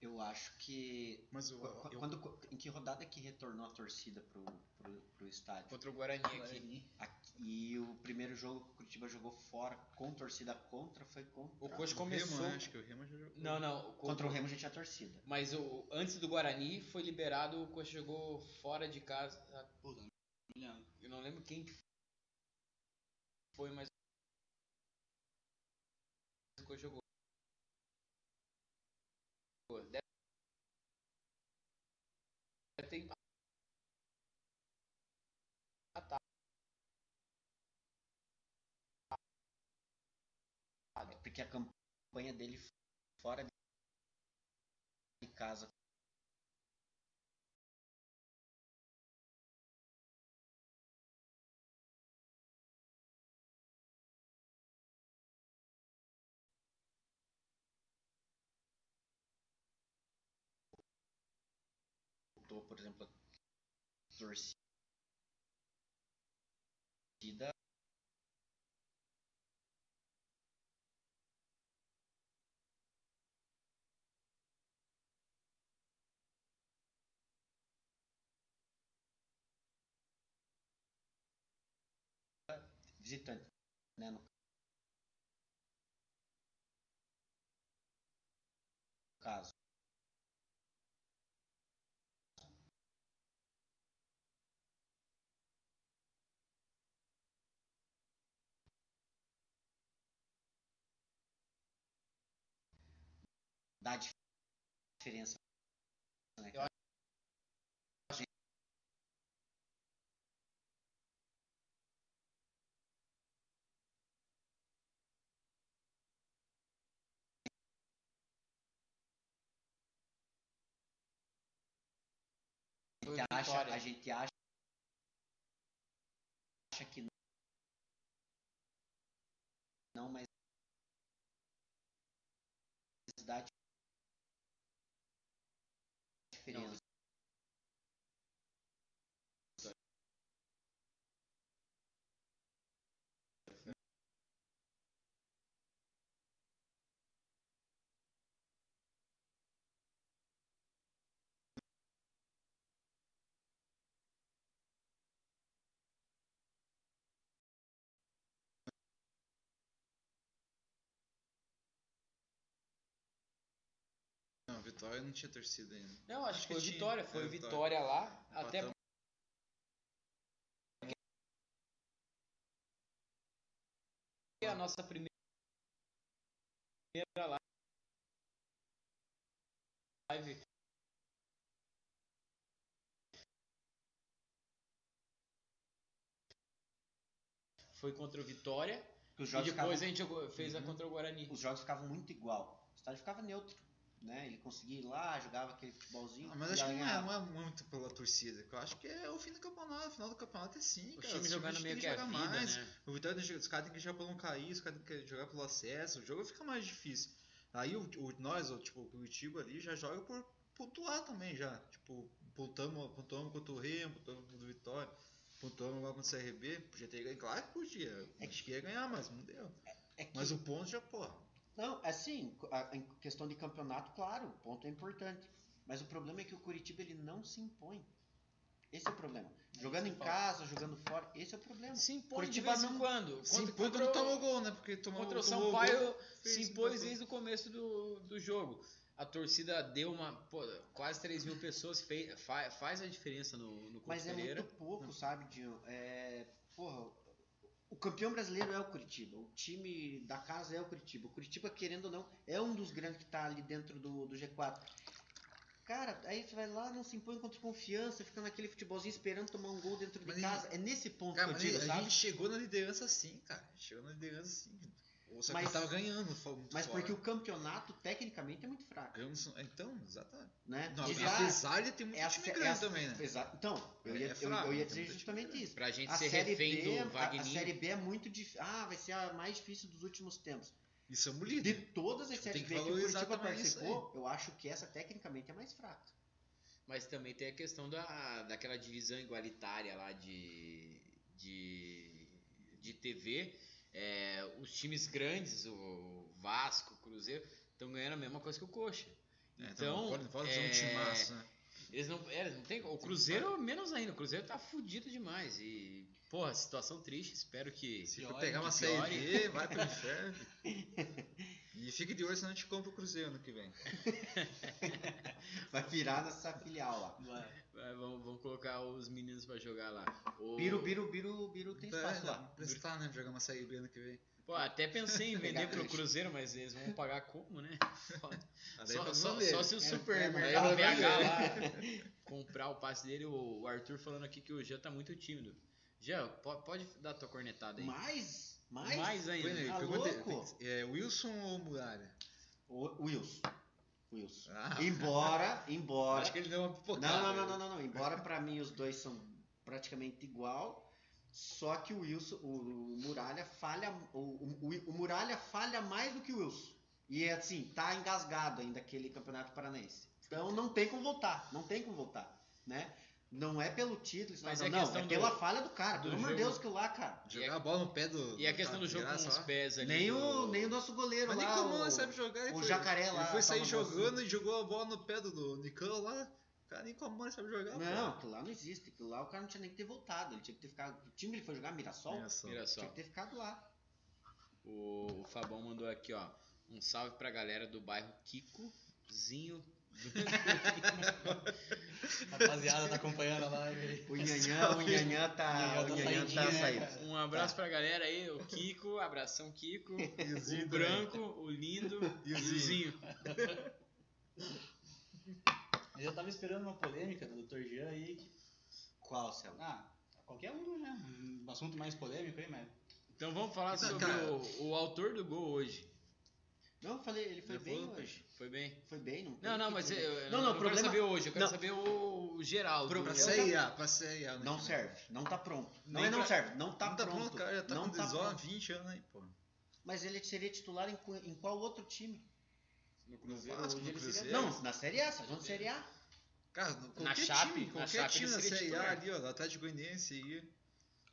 Speaker 4: Eu acho que...
Speaker 2: Mas o,
Speaker 4: qu-
Speaker 2: eu-
Speaker 4: Quando, em que rodada que retornou a torcida pro, pro, pro estádio?
Speaker 1: Contra o Guarani aqui.
Speaker 4: Aqui- e o primeiro jogo que o Curitiba jogou fora, com torcida contra, foi contra...
Speaker 1: O Coxa
Speaker 2: o Remo,
Speaker 1: começou.
Speaker 2: né? acho que o Remo já jogou.
Speaker 1: Não, não.
Speaker 4: Contra o Remo já tinha torcida.
Speaker 1: Mas o, antes do Guarani foi liberado, o Coxa jogou fora de casa. tá?
Speaker 3: Puta, não me lembro.
Speaker 1: Eu não lembro quem que foi, mas. O Coxa jogou. Deve deve ter
Speaker 4: É porque a campanha dele fora de casa voltou, por exemplo, a torcida visitante, né? No caso. Dá dif- diferença. Né, cara? A
Speaker 1: Foi
Speaker 4: gente acha,
Speaker 1: vitória.
Speaker 4: a gente acha, acha que não, mas dá diferença.
Speaker 2: Vitória não tinha torcida ainda.
Speaker 5: Não, acho,
Speaker 2: Acho
Speaker 5: que
Speaker 2: que
Speaker 5: foi
Speaker 2: tinha.
Speaker 5: vitória. Foi
Speaker 2: É,
Speaker 5: vitória
Speaker 2: Vitória.
Speaker 5: lá. Até
Speaker 2: Empatamos.
Speaker 5: porque a nossa primeira live. live foi contra o Vitória.
Speaker 4: Porque os
Speaker 5: E
Speaker 4: jogos,
Speaker 5: depois a
Speaker 4: ficavam,
Speaker 5: gente jogou- fez a
Speaker 4: Uhum.
Speaker 5: contra o Guarani.
Speaker 4: os jogos ficavam muito igual. O estádio ficava neutro. Né? Ele conseguia ir lá, jogava aquele futebolzinho.
Speaker 2: Ah, mas acho que não é,
Speaker 4: ganhava.
Speaker 2: não é muito pela torcida. que Eu acho que é o fim do campeonato. O final do campeonato é sim,
Speaker 1: O
Speaker 2: cara.
Speaker 1: time
Speaker 2: Os
Speaker 1: jogando
Speaker 2: times
Speaker 1: meio
Speaker 2: têm
Speaker 1: que a vida,
Speaker 2: jogar mais.
Speaker 1: né?
Speaker 2: O Vitória tem que- os caras têm que jogar pra não cair, os caras têm que jogar pelo acesso. O jogo fica mais difícil. Aí o, o- nós, o, tipo, o Curitiba ali já joga por pontuar também já. Tipo, pontuamos, pontuamos contra o Remo, pontuamos contra o Vitória. Pontuamos agora contra o CRB, podia ter ganho, claro que podia. Acho que ia ganhar, mas não deu.
Speaker 4: É que-
Speaker 2: Mas o ponto já, porra.
Speaker 4: Não, assim, a- em questão de campeonato, claro, o ponto é importante. Mas o problema é que o Curitiba ele não se impõe. Esse é o problema. Jogando em casa, jogando fora, esse é o problema.
Speaker 5: Se impõe de
Speaker 4: Curitiba
Speaker 5: vez em
Speaker 4: não-
Speaker 5: quando.
Speaker 2: Sim,
Speaker 5: Contra-
Speaker 2: quando
Speaker 5: contra
Speaker 2: não
Speaker 5: o-
Speaker 2: tomou gol, né? Porque tomou,
Speaker 5: Contra o
Speaker 2: tomou
Speaker 5: São
Speaker 2: gol,
Speaker 5: Paulo
Speaker 2: fez
Speaker 5: se
Speaker 2: um
Speaker 5: impôs
Speaker 2: papel.
Speaker 5: desde o começo do, do jogo. A torcida deu uma. pô, quase 3 mil pessoas. Fez, fa- faz a diferença no, no Couto
Speaker 4: Mas é
Speaker 5: Pereira.
Speaker 4: muito
Speaker 2: Hum.
Speaker 4: pouco, sabe, Dinho? É, porra, o campeão brasileiro é o Curitiba. O time da casa é o Curitiba. O Curitiba, querendo ou não, é um dos grandes que tá ali dentro do, do G4. Cara, aí você vai lá, não se impõe contra confiança, fica naquele futebolzinho esperando tomar um gol dentro de
Speaker 2: Mas
Speaker 4: casa. É nesse ponto
Speaker 2: Cara,
Speaker 4: que eu
Speaker 2: mas
Speaker 4: digo,
Speaker 2: a
Speaker 4: sabe?
Speaker 2: gente chegou na liderança sim, cara. Chegou na liderança sim. Ou só que
Speaker 4: Mas-
Speaker 2: tava ganhando. Foi muito
Speaker 4: Mas
Speaker 2: fora.
Speaker 4: porque o campeonato, tecnicamente, é muito fraco,
Speaker 2: Ganhamos- Então, exatamente.
Speaker 4: né?
Speaker 2: Não,
Speaker 4: E
Speaker 2: apesar de ter muito
Speaker 4: é a
Speaker 2: time
Speaker 4: sé- é
Speaker 2: grande
Speaker 4: a-
Speaker 2: também, né?
Speaker 4: exa- Então, eu
Speaker 2: É
Speaker 4: ia, eu-
Speaker 2: fraco,
Speaker 4: eu ia
Speaker 2: tem
Speaker 4: dizer
Speaker 2: muita
Speaker 4: justamente
Speaker 2: dificuldade.
Speaker 4: isso.
Speaker 1: Pra gente
Speaker 4: A
Speaker 1: ser
Speaker 4: série,
Speaker 1: refém
Speaker 4: B,
Speaker 1: do
Speaker 4: a, a
Speaker 1: Wagninho.
Speaker 4: série B é muito difícil. Ah, vai ser a mais difícil dos últimos tempos.
Speaker 2: Isso é um
Speaker 4: De
Speaker 2: líder.
Speaker 4: todas as
Speaker 2: Tipo, tem
Speaker 4: séries
Speaker 2: que
Speaker 4: B que o
Speaker 2: valorizar
Speaker 4: Curitiba
Speaker 2: também isso
Speaker 4: participou, eu acho que essa tecnicamente é mais fraca.
Speaker 1: Mas também tem a questão da, daquela divisão igualitária lá de, de, de TV. É, os times grandes, o Vasco, o Cruzeiro, estão ganhando a mesma coisa que o Coxa.
Speaker 2: É,
Speaker 1: Então,
Speaker 2: não pode, não pode
Speaker 1: é,
Speaker 2: ser um timaço, né?
Speaker 1: eles não, é, eles não têm- o Cruzeiro menos ainda, o Cruzeiro tá fudido demais e porra, situação triste, espero que
Speaker 2: Se
Speaker 3: pior,
Speaker 2: for pegar uma
Speaker 1: que
Speaker 2: série
Speaker 1: pior,
Speaker 2: B, vai pro inferno. e fica de olho senão a gente compra o Cruzeiro ano que vem.
Speaker 4: Vai virar nessa filial lá.
Speaker 3: Vai.
Speaker 1: é, vamos, vamos colocar os meninos pra jogar lá. O-
Speaker 4: Biru, biru, biru, biru tem espaço lá.
Speaker 2: Prestar, né? pra Jogar uma série B ano que vem.
Speaker 1: Pô, até pensei em vender
Speaker 4: Pegar
Speaker 1: pro
Speaker 4: trecho.
Speaker 1: Cruzeiro, mas eles vão pagar como, né?
Speaker 2: Ah, daí
Speaker 1: Só,
Speaker 2: pra
Speaker 1: só-
Speaker 2: valer.
Speaker 1: só se o
Speaker 4: É,
Speaker 1: Supermercado
Speaker 4: é,
Speaker 1: BH
Speaker 4: é.
Speaker 1: lá comprar o passe dele, o, o Arthur falando aqui que o Jean tá muito tímido. Jean, po- pode dar tua cornetada aí.
Speaker 4: Mais? Mais?
Speaker 1: Mais ainda.
Speaker 2: Bueno,
Speaker 4: Tá
Speaker 2: pergunta-
Speaker 4: louco?
Speaker 2: é, Wilson ou Muralha?
Speaker 4: O- Wilson. Wilson.
Speaker 2: Ah,
Speaker 4: Embora, embora.
Speaker 2: acho que ele deu uma
Speaker 4: Não,
Speaker 2: pipocada.
Speaker 4: não, não, não, não, não. Embora pra mim os dois são praticamente igual, só que o Wilson, o, o Muralha falha, o, o- o Muralha falha mais do que o Wilson. E é assim, tá engasgado ainda aquele campeonato paranaense. Então não tem como voltar, não tem como voltar, né? Não é pelo título,
Speaker 1: Mas
Speaker 4: não,
Speaker 1: é
Speaker 4: não,
Speaker 1: questão
Speaker 4: é
Speaker 1: do-
Speaker 4: pela falha do cara.
Speaker 1: do
Speaker 4: Pelo amor de
Speaker 1: jogo.
Speaker 4: Deus, que lá, cara.
Speaker 1: E
Speaker 2: Jogar
Speaker 1: a-
Speaker 2: a bola no pé do.
Speaker 1: E a questão
Speaker 4: tá
Speaker 1: do jogo com os
Speaker 2: pés.
Speaker 1: pés ali.
Speaker 4: Nem o,
Speaker 1: do-
Speaker 4: nem o nosso goleiro
Speaker 2: Mas nem
Speaker 4: lá.
Speaker 2: como
Speaker 4: o-
Speaker 2: ele "Ah,
Speaker 1: é
Speaker 2: sabe jogar. ele
Speaker 4: o
Speaker 2: foi-
Speaker 4: jacaré lá,
Speaker 2: Ele foi sair
Speaker 4: tava
Speaker 2: jogando e jogou a bola no pé do, do Nicão lá. O cara nem com a mão ele sabe jogar.
Speaker 4: Não, aquilo lá não existe. Aquilo lá o cara não tinha nem que ter voltado. Ele tinha que ter ficado. O time que ele foi jogar, Mirassol,
Speaker 1: Mira só.
Speaker 4: tinha que ter ficado lá.
Speaker 1: O, o Fabão mandou aqui, ó. Um salve pra galera do bairro Kikozinho.
Speaker 3: Rapaziada, tá acompanhando a live aí.
Speaker 4: O Nhanhã, o Nhanhã tá,
Speaker 3: Nhanhã tá
Speaker 4: o Nhanhã
Speaker 3: saidinho,
Speaker 4: tá
Speaker 3: né,
Speaker 4: saindo.
Speaker 3: cara?
Speaker 1: Um abraço pra galera aí, o Kiko, abração Kiko. O branco, o lindo e o Zinho.
Speaker 3: Mas eu tava esperando uma polêmica do Dr. Jean aí. que-
Speaker 4: Qual, Celso?
Speaker 3: Ah, qualquer um, do Jean. Um assunto mais polêmico aí, mas.
Speaker 1: Então vamos falar
Speaker 2: Então,
Speaker 1: sobre
Speaker 2: cara-
Speaker 1: o, o autor do gol hoje.
Speaker 4: Não, eu falei, ele foi
Speaker 2: Eu
Speaker 4: bem
Speaker 2: vou-
Speaker 4: hoje.
Speaker 1: Foi bem?
Speaker 4: Foi bem, não tem
Speaker 1: Não,
Speaker 4: o
Speaker 1: não,
Speaker 4: que
Speaker 1: mas eu,
Speaker 4: dizer.
Speaker 1: eu
Speaker 4: Não,
Speaker 1: não,
Speaker 4: não,
Speaker 1: quero
Speaker 4: problema-
Speaker 1: saber hoje, eu quero
Speaker 4: não.
Speaker 1: saber o, o geral.
Speaker 4: Pro-
Speaker 2: Pra
Speaker 1: do-
Speaker 2: Série A, pra Série A. né,
Speaker 4: Não
Speaker 2: que-
Speaker 4: serve, não tá pronto. Não
Speaker 1: Nem
Speaker 4: é não
Speaker 1: pra-
Speaker 4: serve, não tá
Speaker 2: Não tá
Speaker 4: pronto.
Speaker 2: pronto, cara. Já tá
Speaker 4: não
Speaker 2: com
Speaker 4: tá
Speaker 2: 18,
Speaker 4: pronto.
Speaker 2: 20 anos aí, pô.
Speaker 4: Mas ele seria titular em, cu- em qual outro time?
Speaker 1: No Cruzeiro,
Speaker 2: Vasco,
Speaker 1: hoje
Speaker 2: no
Speaker 1: ele seria-
Speaker 2: Cruzeiro.
Speaker 4: Não, na Série A, só vamos Série A.
Speaker 2: Cara, no- qualquer
Speaker 1: Chape,
Speaker 2: time,
Speaker 1: na
Speaker 2: qualquer
Speaker 1: Chape
Speaker 2: time
Speaker 1: ele
Speaker 2: da
Speaker 1: seria
Speaker 2: Série A
Speaker 4: né?
Speaker 1: titular.
Speaker 2: ali, ó, do Atlético Goianiense aí,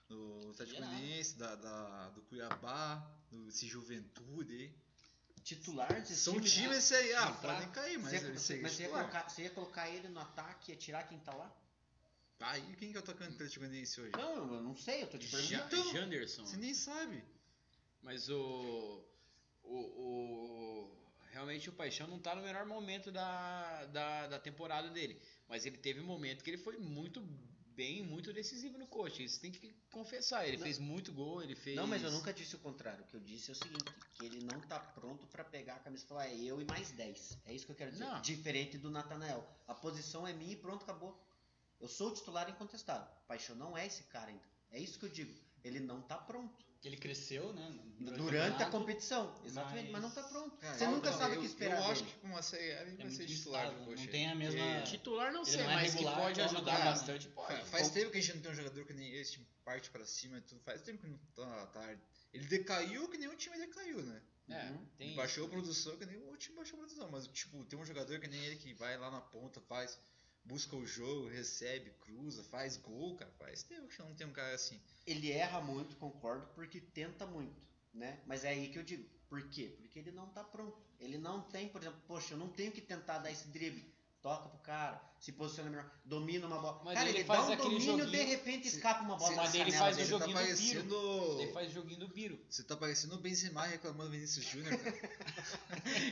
Speaker 2: do Atlético
Speaker 3: Geral.
Speaker 2: Goianiense, da, da- do Cuiabá, do esse Juventude aí.
Speaker 4: Titular desse
Speaker 2: São
Speaker 4: time. né?
Speaker 2: times da Série A,
Speaker 4: Fraco.
Speaker 2: podem cair, mas
Speaker 4: Você ia-
Speaker 2: ele seria
Speaker 4: mas é você ia,
Speaker 2: titular.
Speaker 4: colocar, você ia colocar ele no ataque e ia tirar quem tá lá?
Speaker 2: Tá, e quem que é o atacante do Atlético Goianiense hoje?
Speaker 4: Não, eu não sei, eu tô te
Speaker 1: Ja-
Speaker 4: perguntando.
Speaker 1: Janderson.
Speaker 2: Você nem sabe.
Speaker 1: Mas o. O. o- realmente Realmente o Paixão não tá no melhor momento da, da, da temporada dele. Mas ele teve um momento que ele foi muito bem, muito decisivo no coach. Isso tem que confessar. Ele
Speaker 4: Não.
Speaker 1: fez muito gol, ele fez.
Speaker 4: Não, mas eu nunca disse o contrário. O que eu disse é o seguinte, que ele não tá pronto pra pegar a camisa e falar, é eu e mais 10. É isso que eu quero dizer.
Speaker 1: Não.
Speaker 4: Diferente do Natanael. A posição é minha e pronto, acabou. Eu sou o titular incontestável. Paixão não é esse cara ainda. É isso que eu digo. Ele não tá pronto.
Speaker 3: Ele cresceu, né?
Speaker 4: Durante a
Speaker 3: campeonato.
Speaker 4: competição. Exatamente,
Speaker 3: mas
Speaker 4: mas, não tá pronto.
Speaker 2: Cara,
Speaker 4: Você
Speaker 2: eu-
Speaker 4: nunca
Speaker 2: eu-
Speaker 4: sabe
Speaker 2: eu-
Speaker 4: o que esperar
Speaker 2: Eu acho
Speaker 4: dele.
Speaker 2: que com a CL ele
Speaker 3: É
Speaker 2: vai
Speaker 3: muito
Speaker 2: ser titular
Speaker 3: instável,
Speaker 2: do Coxa.
Speaker 3: Não tem a mesma.
Speaker 2: É,
Speaker 1: Titular não
Speaker 3: Ele
Speaker 1: sei,
Speaker 3: não é
Speaker 1: mas
Speaker 3: regular,
Speaker 1: que pode
Speaker 3: então não
Speaker 1: ajudar
Speaker 3: dá, né?
Speaker 1: bastante, pode.
Speaker 2: Fa- Faz tempo que a gente não tem um jogador que nem esse time parte pra cima e tudo. Faz tempo que não tá tarde. Ele decaiu que nem o time decaiu, né?
Speaker 1: É,
Speaker 4: Uhum.
Speaker 1: tem
Speaker 2: Ele baixou a produção que nem o time baixou a produção. Mas, tipo, tem um jogador que nem ele que vai lá na ponta, faz, busca o jogo, recebe, cruza, faz gol, cara. Faz tempo que não tem um cara assim.
Speaker 4: Ele erra muito, concordo, porque tenta muito, né? Mas é aí que eu digo. Por quê? Porque ele não tá pronto. Ele não tem, por exemplo, poxa, eu não tenho que tentar dar esse drible. Toca pro cara, se posiciona melhor, domina uma bola.
Speaker 1: Mas
Speaker 4: cara,
Speaker 1: ele
Speaker 4: ele,
Speaker 1: faz
Speaker 4: dá um
Speaker 1: aquele
Speaker 4: domínio, de
Speaker 1: joguinho-
Speaker 4: repente
Speaker 2: se-
Speaker 4: escapa uma bola
Speaker 1: se-
Speaker 4: na
Speaker 1: mas ele
Speaker 4: canela
Speaker 1: faz o
Speaker 4: dele.
Speaker 1: jogo-
Speaker 2: Você tá
Speaker 1: joguinho do
Speaker 2: parecendo.
Speaker 1: Ele faz joguinho do Biro.
Speaker 2: Você tá parecendo o Benzema reclamando do Vinícius Júnior, cara.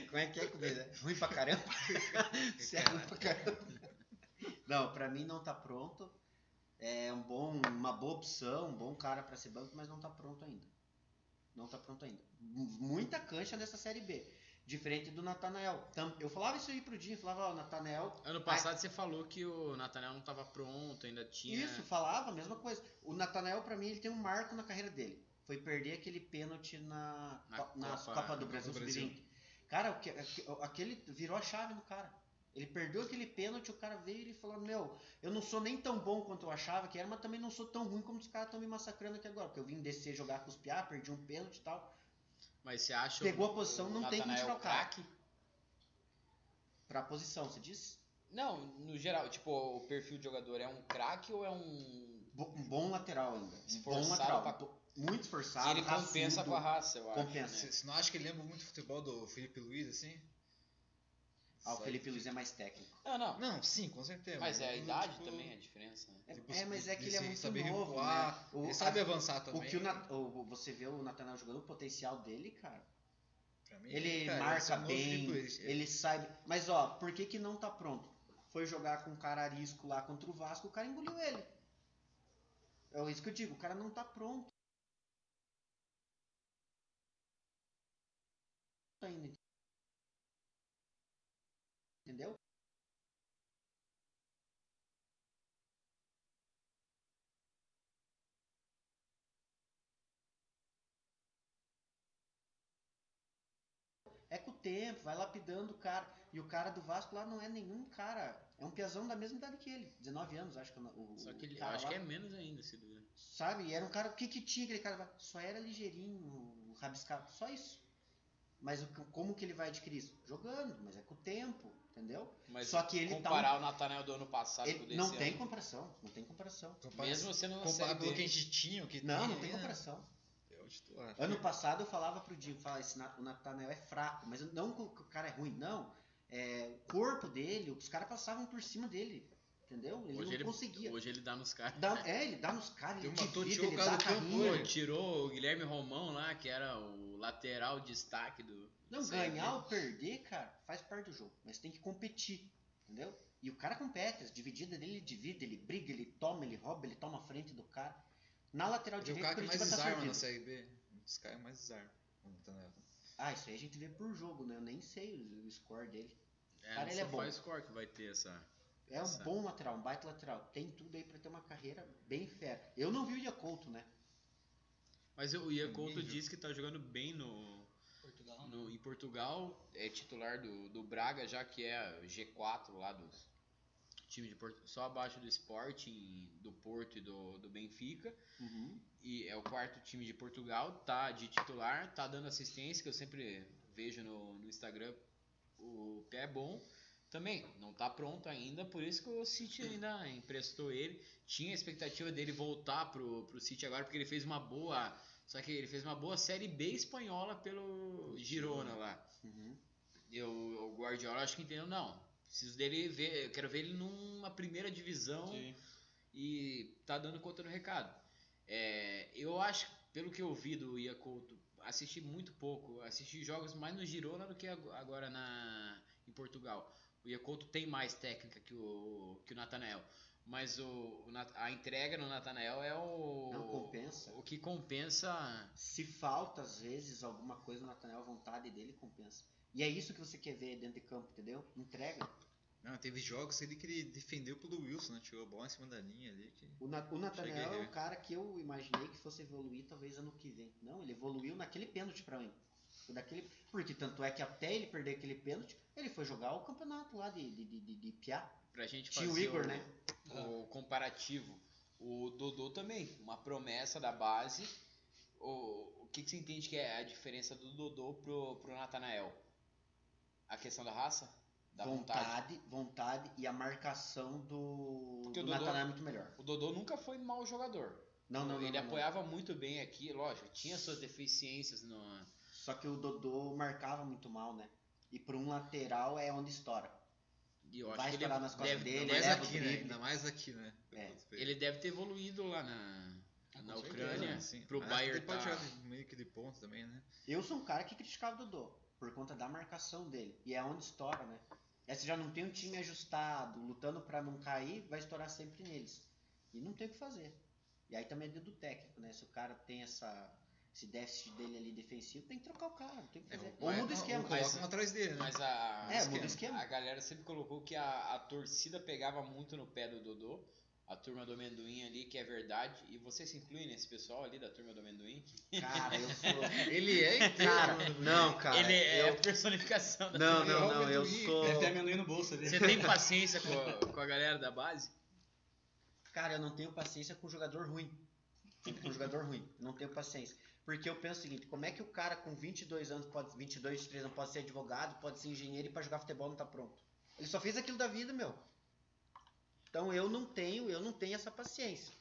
Speaker 4: Como é que é comida? Ruim pra caramba? Você é ruim pra caramba. Não, pra mim não tá pronto. É um bom, uma boa opção, um bom cara pra ser banco, mas não tá pronto ainda. Não tá pronto ainda. M- Muita cancha nessa Série B. Diferente do Natanael. Tam- Eu falava isso aí pro Dinho, falava, ó, o Natanael
Speaker 1: Ano passado você falou que o Nathaniel não tava pronto, ainda tinha.
Speaker 4: Isso, falava a mesma coisa. O Natanael, pra mim, ele tem um marco na carreira dele. Foi perder aquele pênalti na,
Speaker 1: Na
Speaker 4: Co- na
Speaker 1: Copa-
Speaker 4: Copa, do Brasil,
Speaker 2: Copa do Brasil.
Speaker 4: Sub-20. Cara, o que- aque- aquele virou a chave no cara. Ele perdeu aquele pênalti, o cara veio e ele falou: Meu, eu não sou nem tão bom quanto eu achava que era, mas também não sou tão ruim como os caras estão me massacrando aqui agora. Porque eu vim descer, jogar, cuspiar, perdi um pênalti e tal.
Speaker 1: Mas você acha. o-
Speaker 4: Pegou a posição,
Speaker 1: o
Speaker 4: não tem como
Speaker 1: Nathaniel
Speaker 4: tirar o cara.
Speaker 1: craque?
Speaker 4: Pra posição, você diz?
Speaker 1: Não, no geral, tipo, o perfil de jogador é um craque ou é um.
Speaker 4: Bo- um bom lateral ainda. Um bom
Speaker 1: Esforçado
Speaker 4: lateral.
Speaker 1: pra-
Speaker 4: bo- Muito esforçado. Ah,
Speaker 1: Se ele compensa
Speaker 4: raçudo.
Speaker 1: com a raça, eu acho.
Speaker 4: Compensa.
Speaker 1: né?
Speaker 2: Você você não acha que ele lembra muito o futebol do Felipe Luiz, assim?
Speaker 4: Ah, o
Speaker 2: Só
Speaker 4: Felipe
Speaker 2: que-
Speaker 4: Luiz é mais técnico.
Speaker 1: Não, não.
Speaker 2: Não, sim, com certeza.
Speaker 1: Mas é a
Speaker 2: Ele,
Speaker 1: idade
Speaker 2: tipo,
Speaker 1: também, a diferença. Né?
Speaker 4: É,
Speaker 2: Ele
Speaker 4: é, mas é que ele é
Speaker 2: consegue
Speaker 4: muito
Speaker 2: saber
Speaker 4: novo,
Speaker 2: recuar,
Speaker 4: né? O,
Speaker 2: Ele sabe
Speaker 4: a-
Speaker 2: avançar
Speaker 4: o
Speaker 2: também.
Speaker 4: que o
Speaker 2: né?
Speaker 4: Nat- o- você vê o Natanael jogando, o potencial dele, cara.
Speaker 2: Pra mim,
Speaker 4: Ele
Speaker 2: cara, esse é um
Speaker 4: marca
Speaker 2: novo
Speaker 4: bem,
Speaker 2: Filipe Luiz.
Speaker 4: ele sabe. Mas ó, por que que não tá pronto? Foi jogar com o cara arisco lá contra o Vasco, o cara engoliu ele. É isso que eu digo, o cara não tá pronto. Ainda. Entendeu? É com o tempo, vai lapidando o cara. E o cara do Vasco lá não é nenhum cara. É um piazão da mesma idade que ele. 19 anos, acho que o. o
Speaker 1: Só que ele,
Speaker 4: cara
Speaker 1: acho
Speaker 4: lá,
Speaker 1: que é menos ainda, se duvidar.
Speaker 4: Sabe? E era um cara. O que, que tinha aquele cara? lá? Só era ligeirinho, rabiscado, só isso. Mas o que- como que ele vai adquirir isso? Jogando, mas é com o tempo, entendeu?
Speaker 1: Mas
Speaker 4: Só que ele tá
Speaker 1: comparar o Nathaniel do ano passado com o
Speaker 4: Ele-
Speaker 1: desse
Speaker 4: não
Speaker 1: ano,
Speaker 4: tem comparação, não tem comparação.
Speaker 2: Compara-
Speaker 1: Mesmo assim, você não
Speaker 2: Comparado com o que a
Speaker 1: consegue.
Speaker 2: gente tinha, o que
Speaker 4: Não, não tem
Speaker 2: aí, né?
Speaker 4: comparação.
Speaker 2: É o titular.
Speaker 4: Ano passado eu falava pro Dinho, falava, esse Na- o Nathanael é fraco, mas eu- não que o cara é ruim, não. É, o corpo dele, os caras passavam por cima dele, entendeu? Ele não
Speaker 1: Hoje ele,
Speaker 4: conseguia.
Speaker 1: hoje ele dá nos caras.
Speaker 4: Dá- é, ele dá nos caras,
Speaker 2: Deu
Speaker 4: ele
Speaker 2: uma
Speaker 4: divide,
Speaker 1: um
Speaker 2: toteou
Speaker 4: ele
Speaker 2: o cara
Speaker 4: dá
Speaker 2: do campo
Speaker 4: carrinho.
Speaker 1: Pô, tirou o Guilherme Romão lá, que era o lateral destaque do.
Speaker 4: Não,
Speaker 1: Sim,
Speaker 4: ganhar
Speaker 1: né?
Speaker 4: ou perder, cara, faz parte do jogo, mas tem que competir, entendeu? E o cara compete, as divididas dele, ele divide, ele briga, ele toma, ele rouba, ele toma a frente do cara. Na lateral
Speaker 2: Ele é o
Speaker 4: direita, o
Speaker 2: cara que mais
Speaker 4: Curitiba tá
Speaker 2: desarma na
Speaker 4: servido.
Speaker 2: Série B. Um dos caras mais desarma. O Nathaniel.
Speaker 4: Ah, isso aí a gente vê por jogo, né? Eu nem sei o, o score dele.
Speaker 1: É,
Speaker 4: Cara,
Speaker 1: não
Speaker 4: ele é
Speaker 1: sei
Speaker 4: bom.
Speaker 1: qual score que vai ter essa.
Speaker 4: É um
Speaker 1: Essa-
Speaker 4: bom lateral, um baita lateral. Tem tudo aí pra ter uma carreira bem fera. Eu não vi o Iacolto, né?
Speaker 1: Mas o Iaconto
Speaker 2: Ninguém
Speaker 1: disse que tá jogando bem no,
Speaker 3: Portugal, né?
Speaker 1: no- em Portugal. É titular do, do Braga, já que é G4 lá dos time de Porto, só abaixo do Sporting, do Porto e do, do Benfica.
Speaker 2: Uhum.
Speaker 1: E é o quarto time de Portugal, tá de titular, tá dando assistência, que eu sempre vejo no, no Instagram. O pé é bom. Também, não tá pronto ainda, por isso que o City ainda emprestou ele. Tinha a expectativa dele voltar pro, pro City agora, porque ele fez uma boa. Só que ele fez uma boa série B espanhola pelo Girona lá.
Speaker 4: Uhum.
Speaker 1: E o, o Guardiola acho que entendeu, não. Preciso dele ver. Eu quero ver ele numa primeira divisão
Speaker 3: Sim.
Speaker 1: e tá dando conta do recado. É, eu acho, pelo que eu vi do Iacolto, assisti muito pouco. Assisti jogos mais no Girona do que ag- agora na, em Portugal. O Iacoto tem mais técnica que o, que o Natanael. Mas o, o Nat- a entrega no Natanael é o.
Speaker 4: Não compensa.
Speaker 1: O que compensa.
Speaker 4: Se falta, às vezes, alguma coisa no Nathaniel, a vontade dele compensa. E é isso que você quer ver dentro de campo, entendeu? Entrega.
Speaker 2: Não, teve jogos ele que ele defendeu pelo Wilson, né? Tirou a bola em cima da linha ali. Que...
Speaker 4: O, Na o Nathaniel
Speaker 2: Cheguei a
Speaker 4: é um
Speaker 2: ver.
Speaker 4: cara que eu imaginei que fosse evoluir talvez ano que vem. Não, ele evoluiu naquele pênalti pra mim. Foi Daquele... Porque tanto é que até ele perder aquele pênalti, ele foi jogar o campeonato lá de, de, de, de, de Piá.
Speaker 1: Pra gente
Speaker 4: Tio
Speaker 1: fazer
Speaker 4: Igor,
Speaker 1: o,
Speaker 4: né?
Speaker 1: o comparativo. O Dodô também, uma promessa da base. O, o que, que você entende que é a diferença do Dodô pro, pro Natanael? A questão da raça? Da vontade.
Speaker 4: vontade, vontade e a marcação do,
Speaker 1: Porque
Speaker 4: do
Speaker 1: o Dodô-
Speaker 4: Nathaniel é muito melhor.
Speaker 1: O Dodô nunca foi mau jogador.
Speaker 4: Não, não, não.
Speaker 1: ele
Speaker 4: não, não.
Speaker 1: apoiava muito bem aqui, lógico, tinha suas deficiências no.
Speaker 4: Só que o Dodô marcava muito mal, né? E para um lateral é onde estoura.
Speaker 1: E eu acho
Speaker 4: Vai
Speaker 1: que ele
Speaker 4: estourar nas costas
Speaker 1: deve,
Speaker 4: dele,
Speaker 1: ainda
Speaker 2: Ainda mais
Speaker 1: mais
Speaker 4: leva
Speaker 2: aqui,
Speaker 4: o
Speaker 2: né?
Speaker 4: drible.
Speaker 2: Ainda mais aqui, né?
Speaker 4: É.
Speaker 1: Ele deve ter evoluído lá na,
Speaker 3: Ah,
Speaker 1: na
Speaker 3: com certeza,
Speaker 1: Ucrânia,
Speaker 2: né? Sim.
Speaker 1: pro
Speaker 2: Mas
Speaker 1: Bayern
Speaker 2: Ele pode
Speaker 1: tá-
Speaker 2: jogar de- meio que de ponta também, né?
Speaker 4: Eu sou um cara que criticava o Dodô por conta da marcação dele. E é onde estoura, né? É se já não tem um time ajustado, lutando para não cair, vai estourar sempre neles. E não tem o que fazer. E aí também é dedo técnico, né? Se o cara tem essa, esse déficit dele ali defensivo, tem que trocar o cara, não tem o que fazer. Ou
Speaker 2: É, Mas-
Speaker 4: muda o esquema.
Speaker 2: Ou
Speaker 1: mas-
Speaker 2: coloca um atrás dele, né?
Speaker 1: Mas a,
Speaker 4: É, muda o esquema.
Speaker 1: a galera sempre colocou que a, a torcida pegava muito no pé do Dodô, a turma do amendoim ali, que é verdade. E você se inclui nesse pessoal ali da turma do amendoim?
Speaker 4: Cara, eu sou.
Speaker 2: Ele é inteiro.
Speaker 4: Cara, não, cara.
Speaker 1: Ele é
Speaker 4: eu-
Speaker 1: a personificação da
Speaker 4: Não,
Speaker 1: turma.
Speaker 4: não, não, eu
Speaker 2: Ele é o
Speaker 4: sou.
Speaker 3: Deve ter amendoim no bolso ali.
Speaker 1: Você tem paciência com, a- com a galera da base?
Speaker 4: Cara, eu não tenho paciência com jogador ruim. Com jogador ruim. Não tenho paciência. Porque eu penso o seguinte, como é que o cara com 22 anos, pode, 22, 23 anos, pode ser advogado, pode ser engenheiro e pra jogar futebol não tá pronto? Ele só fez aquilo da vida, meu. Então eu não tenho, eu não tenho essa paciência.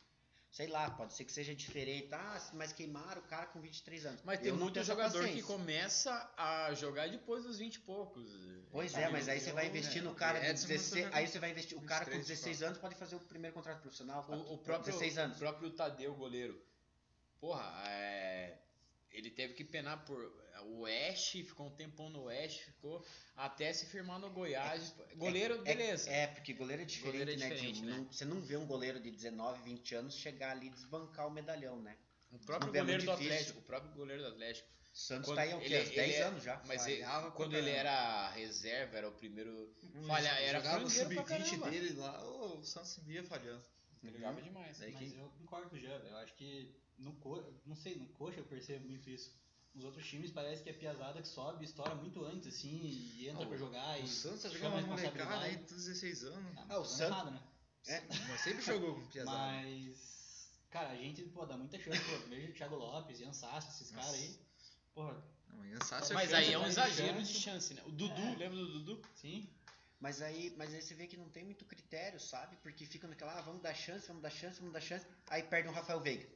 Speaker 4: Sei lá, pode ser que seja diferente. Ah, mas queimaram o cara com 23 anos.
Speaker 1: Mas tem
Speaker 4: Eu não
Speaker 1: muito
Speaker 4: tenho essa
Speaker 1: jogador que
Speaker 4: paciência.
Speaker 1: começa a jogar depois dos 20 e poucos.
Speaker 4: Pois é, mas aí você vai
Speaker 2: Eu,
Speaker 4: investir
Speaker 2: né,
Speaker 4: no cara de
Speaker 2: Edson,
Speaker 4: 16,
Speaker 2: mas eu-
Speaker 4: aí você vai investir, o cara com
Speaker 2: 23,
Speaker 4: 16 anos pode fazer o primeiro contrato profissional com
Speaker 1: O, o próprio,
Speaker 4: 16 anos.
Speaker 1: o próprio Tadeu, goleiro. Porra, é, ele teve que penar por. O Oeste, ficou um tempão no Oeste, ficou até se firmar no Goiás. goleiro,
Speaker 4: É-
Speaker 1: beleza.
Speaker 4: É, porque goleiro é diferente,
Speaker 1: Goleiro é
Speaker 4: né?
Speaker 1: diferente,
Speaker 4: Tipo,
Speaker 1: né?
Speaker 4: não- você não vê um goleiro de 19, 20 anos chegar ali e desbancar o medalhão, né?
Speaker 1: o próprio
Speaker 4: é muito
Speaker 1: goleiro do
Speaker 4: difícil.
Speaker 1: Atlético. O próprio goleiro do Atlético.
Speaker 4: O Santos
Speaker 1: Quando
Speaker 4: tá aí há o quê?
Speaker 1: ele-
Speaker 4: Uns 10
Speaker 1: ele é-
Speaker 4: anos já.
Speaker 1: Mas ele-
Speaker 2: Falhava pra
Speaker 1: quando ele
Speaker 2: caramba.
Speaker 1: era reserva, era o primeiro. Falha, era
Speaker 2: jogava o
Speaker 1: frangueiro pra
Speaker 2: sub-20
Speaker 1: caramba.
Speaker 2: dele lá, ô, o Santos se via falhando.
Speaker 1: Ele
Speaker 4: Uhum.
Speaker 1: Jogava demais.
Speaker 2: Daí
Speaker 3: Mas
Speaker 2: que-
Speaker 3: eu concordo com o Jean, velho. eu acho que no co... não sei, no coxa eu percebo muito isso. Nos outros times parece que é piazada que sobe, estoura muito antes, assim, e entra
Speaker 1: Ah,
Speaker 3: pra jogar
Speaker 2: O
Speaker 3: e.
Speaker 2: Santos tá
Speaker 3: chama
Speaker 2: jogando uma
Speaker 3: responsabilidade.
Speaker 2: molecada aí, 16 anos. É,
Speaker 4: Ah, o
Speaker 3: mas tá
Speaker 4: Santos-
Speaker 3: errado, né?
Speaker 1: É.
Speaker 2: Mas sempre jogou com piazada.
Speaker 3: Mas, cara, a gente, pô, dá muita chance, pô. Mesmo o Thiago Lopes, Ian Sasso, esses
Speaker 2: Nossa.
Speaker 3: caras aí. Porra,
Speaker 2: Não, mas Sassi
Speaker 1: Mas
Speaker 2: achou
Speaker 1: aí é um
Speaker 2: que-
Speaker 1: exagero de chance, né? O Dudu,
Speaker 3: É.
Speaker 1: lembra do Dudu?
Speaker 3: sim.
Speaker 4: Mas aí, mas aí você vê que não tem muito critério, sabe? Porque fica naquela, ah, vamos dar chance, vamos dar chance, vamos dar chance. Aí perde um Rafael Veiga.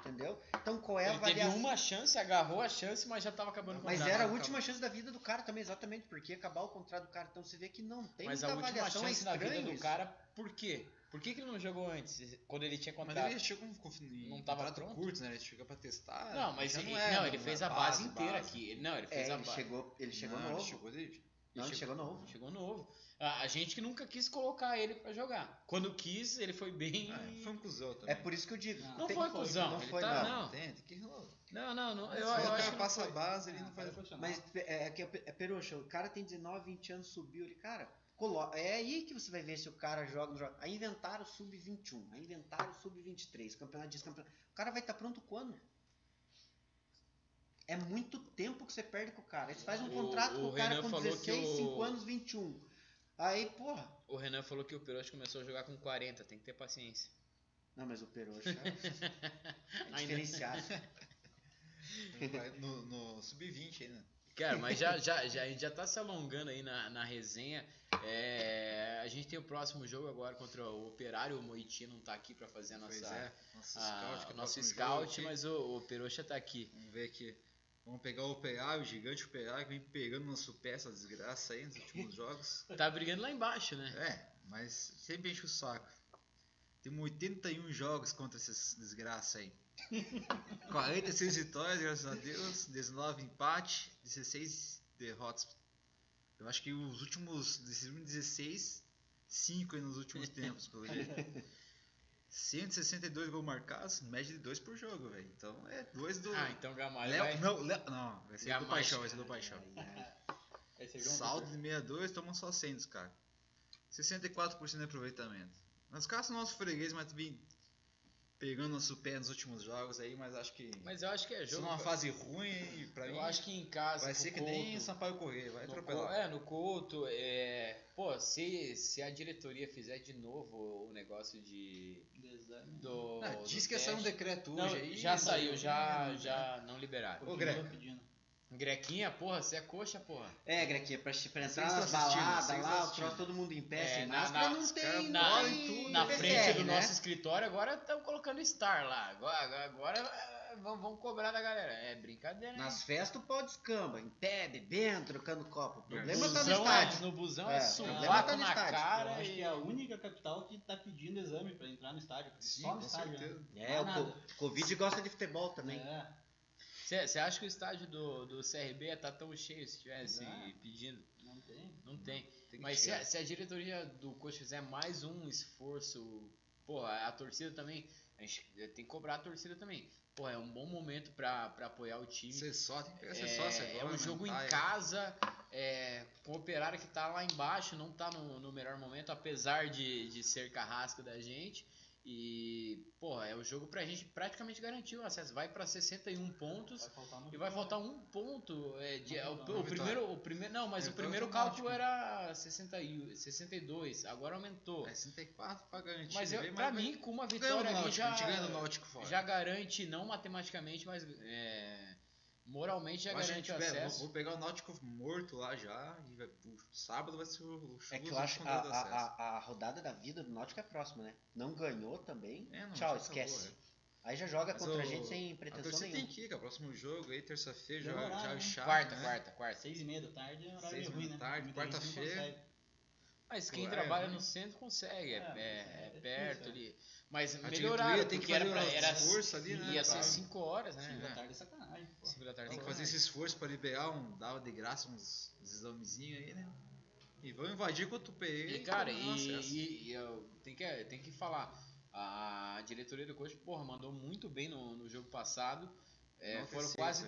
Speaker 4: Entendeu? Então qual é a
Speaker 1: ele teve
Speaker 4: avaliação?
Speaker 1: uma chance, agarrou a chance, mas já tava acabando o
Speaker 4: Mas
Speaker 1: contrato.
Speaker 4: era a
Speaker 2: Acabou.
Speaker 4: última chance da vida do cara também, exatamente, porque ia acabar o contrato do cara. Então você vê que não tem
Speaker 1: Mas a
Speaker 4: muita
Speaker 1: última
Speaker 4: avaliação, é
Speaker 1: chance da
Speaker 4: estranho
Speaker 1: vida do
Speaker 4: isso.
Speaker 1: cara, por quê? Por que, que ele não jogou antes, quando ele tinha
Speaker 2: Mas
Speaker 1: contrato?
Speaker 2: ele chegou com, com
Speaker 1: Não
Speaker 2: um
Speaker 1: tava
Speaker 2: contrato
Speaker 1: pronto?
Speaker 2: curto, né? Ele chegou pra testar.
Speaker 1: Não, mas
Speaker 2: já
Speaker 1: ele,
Speaker 2: é,
Speaker 1: não, ele
Speaker 2: é
Speaker 1: fez a base, inteira
Speaker 2: base.
Speaker 1: aqui. Ele- Não, ele fez
Speaker 4: É,
Speaker 1: a
Speaker 4: ele
Speaker 1: base.
Speaker 4: chegou, ele chegou
Speaker 2: Não,
Speaker 4: novo.
Speaker 2: Ele chegou de...
Speaker 4: Não, ele chegou novo.
Speaker 1: Chegou novo. A, a gente que nunca quis colocar ele pra jogar. Quando quis, ele foi bem.
Speaker 2: Ah, foi um cuzão
Speaker 4: É
Speaker 2: também.
Speaker 4: por isso que eu digo.
Speaker 3: Não,
Speaker 1: Não
Speaker 4: tem-
Speaker 1: foi cuzão.
Speaker 4: Não
Speaker 1: ele
Speaker 4: foi,
Speaker 1: tá-
Speaker 4: não.
Speaker 1: não.
Speaker 2: Tem, tem que rolar.
Speaker 1: Não, não, não.
Speaker 2: Se
Speaker 1: Eu,
Speaker 2: o
Speaker 1: eu acho
Speaker 2: cara
Speaker 1: que não
Speaker 2: passa a
Speaker 1: foi. Ah,
Speaker 2: base, ele não
Speaker 3: cara,
Speaker 2: faz...
Speaker 3: é profissional.
Speaker 4: Mas é, é que é, é peruxa, o cara tem 19, 20 anos, subiu ele, cara. colo- É aí que você vai ver se o cara joga ou não joga. Aí inventaram o sub-21, aí inventaram o sub-23, campeonato disso, campeonato. O cara vai estar pronto quando? É muito tempo que você perde com o cara. Aí Você faz um
Speaker 1: O-
Speaker 4: contrato
Speaker 1: o
Speaker 4: com o cara
Speaker 1: Renan
Speaker 4: com
Speaker 1: falou que
Speaker 4: 16,
Speaker 1: o-
Speaker 4: 5 anos, 21. Aí, porra.
Speaker 1: O Renan falou que o Perotti começou a jogar com 40, tem que ter paciência.
Speaker 4: Não, mas o Peruxa é diferenciado.
Speaker 2: Não vai- No, no sub-20 ainda.
Speaker 1: Cara, mas já, já, já, a gente já tá se alongando aí na, na resenha. É, a gente tem o próximo jogo agora contra o Operário. O Moiti não tá aqui pra fazer a nossa.
Speaker 2: Pois é. Nosso
Speaker 1: Ah,
Speaker 2: scout. que é
Speaker 1: nosso
Speaker 2: próximo jogo
Speaker 1: scout,
Speaker 2: aqui.
Speaker 1: mas o, o Peroxa tá aqui.
Speaker 2: Vamos ver aqui. Vamos pegar o operário, o gigante operário, que vem pegando nosso pé, essa desgraça aí nos últimos jogos.
Speaker 1: Tá brigando lá embaixo, né?
Speaker 2: É, um mas sempre enche o saco. Temos 81 jogos contra essas desgraça aí. 46 vitórias, graças a Deus. 19 empate, 16 derrotas. Eu acho que os últimos, desses últimos 16, 5 nos últimos tempos, pelo jeito. 162 gols marcados, média de 2 por jogo, velho. Então é 2 do.
Speaker 1: Ah, então Gamalho.
Speaker 2: Léo-
Speaker 1: vai-
Speaker 2: não, Léo- não, vai ser do
Speaker 1: Jamais,
Speaker 2: Paixão, vai ser do Paixão.
Speaker 4: É,
Speaker 3: Vai ser João
Speaker 2: Saldo
Speaker 3: Vitor.
Speaker 2: de 62, tomam só 100 dos caras. 64% de aproveitamento. Mas os caras são nossos fregueses, mas vem pegando nosso pé nos últimos jogos aí, mas acho que.
Speaker 1: Mas eu acho que é
Speaker 2: Isso
Speaker 1: jogo.
Speaker 2: numa
Speaker 1: pra-
Speaker 2: fase ruim e pra
Speaker 1: eu
Speaker 2: mim
Speaker 1: acho que é em casa.
Speaker 2: vai
Speaker 1: com
Speaker 2: ser
Speaker 1: o
Speaker 2: que nem
Speaker 1: Couto,
Speaker 2: Sampaio Correia, vai
Speaker 1: no
Speaker 2: atropelar.
Speaker 1: Couto- É, no Couto, é, pô, se, se a diretoria fizer de novo o negócio de.
Speaker 3: Design. né?
Speaker 1: Do,
Speaker 2: Ah,
Speaker 1: do
Speaker 2: diz que saiu um
Speaker 1: teste.
Speaker 2: decreto hoje
Speaker 1: Não,
Speaker 2: aí.
Speaker 1: já
Speaker 2: não
Speaker 1: saiu, já,
Speaker 2: né?
Speaker 1: já não liberaram.
Speaker 2: Ô,
Speaker 3: Continua
Speaker 2: Greco.
Speaker 3: pedindo.
Speaker 1: Grequinha, porra, você é coxa, porra.
Speaker 4: É, Grequinha, pra, pra
Speaker 2: Vocês
Speaker 4: entrar nas
Speaker 2: estão assistindo,
Speaker 4: baladas
Speaker 2: vocês
Speaker 4: lá,
Speaker 2: estão
Speaker 4: o troço todo mundo em pé,
Speaker 1: É,
Speaker 4: sem
Speaker 1: na-
Speaker 4: máscara,
Speaker 1: na-
Speaker 4: não
Speaker 2: os caras
Speaker 4: tem...
Speaker 1: na-
Speaker 4: não tem
Speaker 2: tudo,
Speaker 1: Na
Speaker 2: PTR,
Speaker 1: frente do
Speaker 4: né?
Speaker 1: nosso escritório, agora estão colocando star lá. Agora, agora eh, vão, vão cobrar da galera. É brincadeira, né?
Speaker 4: Nas festas pode escamba, em pé, bebendo, trocando
Speaker 2: É,
Speaker 4: copo. O problema
Speaker 1: No
Speaker 4: tá no
Speaker 1: busão
Speaker 4: estádio.
Speaker 1: é- no busão
Speaker 4: É,
Speaker 1: é,
Speaker 4: o problema
Speaker 1: subaco
Speaker 4: tá no
Speaker 1: na
Speaker 4: estádio.
Speaker 3: Eu
Speaker 1: cara
Speaker 3: acho que
Speaker 1: e
Speaker 3: é a única capital que tá pedindo exame pra entrar no estádio.
Speaker 2: Sim,
Speaker 3: Só no
Speaker 2: com
Speaker 3: estádio.
Speaker 2: certeza.
Speaker 3: Né?
Speaker 4: É, o
Speaker 3: Não nada.
Speaker 4: co- Covid gosta de futebol também.
Speaker 3: É.
Speaker 1: Você acha que o estádio do, do CRB tá tão cheio se tivesse
Speaker 3: Exato.
Speaker 1: pedindo?
Speaker 3: Não tem.
Speaker 1: Não tem.
Speaker 2: Tem que
Speaker 1: Mas é se
Speaker 2: tirar.
Speaker 1: a, se a diretoria do Coxa fizer mais um esforço, porra, a torcida também. A gente tem que cobrar a torcida também. Porra, é um bom momento pra, pra apoiar o time.
Speaker 2: Ser só, tem que pegar
Speaker 1: é,
Speaker 2: ser sócio agora.
Speaker 1: é um
Speaker 2: né?
Speaker 1: jogo
Speaker 2: Tá,
Speaker 1: em
Speaker 2: é.
Speaker 1: casa, é, com o operário que tá lá embaixo, não tá no, no melhor momento, apesar de, de ser carrasco da gente. E, porra, é o jogo pra gente praticamente garantir o acesso. Vai pra 61 pontos.
Speaker 3: Vai faltar uma
Speaker 1: E vai faltar um ponto. É, de- é, o,
Speaker 3: Não,
Speaker 1: o
Speaker 2: vitória. Então, é
Speaker 1: primeiro, o primeiro, não, mas o
Speaker 2: Vitória
Speaker 1: primeiro
Speaker 2: automática.
Speaker 1: cálculo era 60, e- 62, agora aumentou.
Speaker 2: É 64 pra garantir.
Speaker 1: mas eu,
Speaker 2: bem,
Speaker 1: pra
Speaker 2: mas-
Speaker 1: mim, com uma
Speaker 2: ganhou do
Speaker 1: vitória ali
Speaker 2: Náutico,
Speaker 1: já, é
Speaker 2: a gente ganha do Náutico fora.
Speaker 1: já garante, não matematicamente, mas é, moralmente já
Speaker 2: Eu acho que a gente
Speaker 1: garante o
Speaker 2: tiver-
Speaker 1: acesso.
Speaker 2: Vou, vou pegar o Náutico morto lá já e vai, o sábado vai ser o, o
Speaker 4: É
Speaker 2: jogo
Speaker 4: que eu
Speaker 2: do
Speaker 4: acho que a,
Speaker 2: controle do acesso.
Speaker 4: a, a, a rodada da vida do Náutico é próxima, né? Não ganhou também.
Speaker 2: É, não,
Speaker 4: Tchau,
Speaker 2: já acabou,
Speaker 4: esquece.
Speaker 2: é.
Speaker 4: Aí já joga
Speaker 2: Mas
Speaker 4: contra a
Speaker 2: o-
Speaker 4: gente sem
Speaker 2: A
Speaker 4: pretensão
Speaker 2: torcida tem
Speaker 4: nenhuma.
Speaker 2: que ir, cara. Próximo jogo aí, terça-feira, já,
Speaker 3: Demorado,
Speaker 2: já é
Speaker 3: né?
Speaker 2: chato,
Speaker 1: quarta,
Speaker 2: né?
Speaker 1: quarta, quarta.
Speaker 3: Seis e meia da tarde é horário
Speaker 2: Seis e meia
Speaker 3: ruim,
Speaker 2: da
Speaker 3: né?
Speaker 2: tarde,
Speaker 3: Muita gente não
Speaker 2: quarta-feira.
Speaker 3: consegue.
Speaker 1: Mas quem
Speaker 2: Pô, é,
Speaker 1: trabalha
Speaker 2: né?
Speaker 1: no centro consegue, é,
Speaker 3: É, mas
Speaker 1: é-
Speaker 3: é
Speaker 1: é perto
Speaker 3: difícil,
Speaker 1: ali. Mas
Speaker 2: A
Speaker 1: melhoraram,
Speaker 2: diretoria tem que
Speaker 1: porque era
Speaker 2: fazer
Speaker 1: pra,
Speaker 2: um
Speaker 1: era, assim,
Speaker 2: esforço ali, né?
Speaker 1: ia
Speaker 2: pra-
Speaker 1: ser né? 5 horas,
Speaker 3: Cinco da
Speaker 1: né?
Speaker 3: tarde é sacanagem. pô.
Speaker 1: 5 da tarde.
Speaker 2: Tem que
Speaker 1: sacanagem.
Speaker 2: fazer esse esforço pra liberar um, dar de graça uns, uns examezinhos aí, né? E vão invadir com o Tupei.
Speaker 1: E, cara,
Speaker 2: tomar
Speaker 1: e,
Speaker 2: um acesso.
Speaker 1: e- e eu tem que, tem que falar. A diretoria do coach, porra, mandou muito bem no, no jogo passado. É,
Speaker 2: Não
Speaker 1: foram
Speaker 2: acrescenta.
Speaker 1: quase.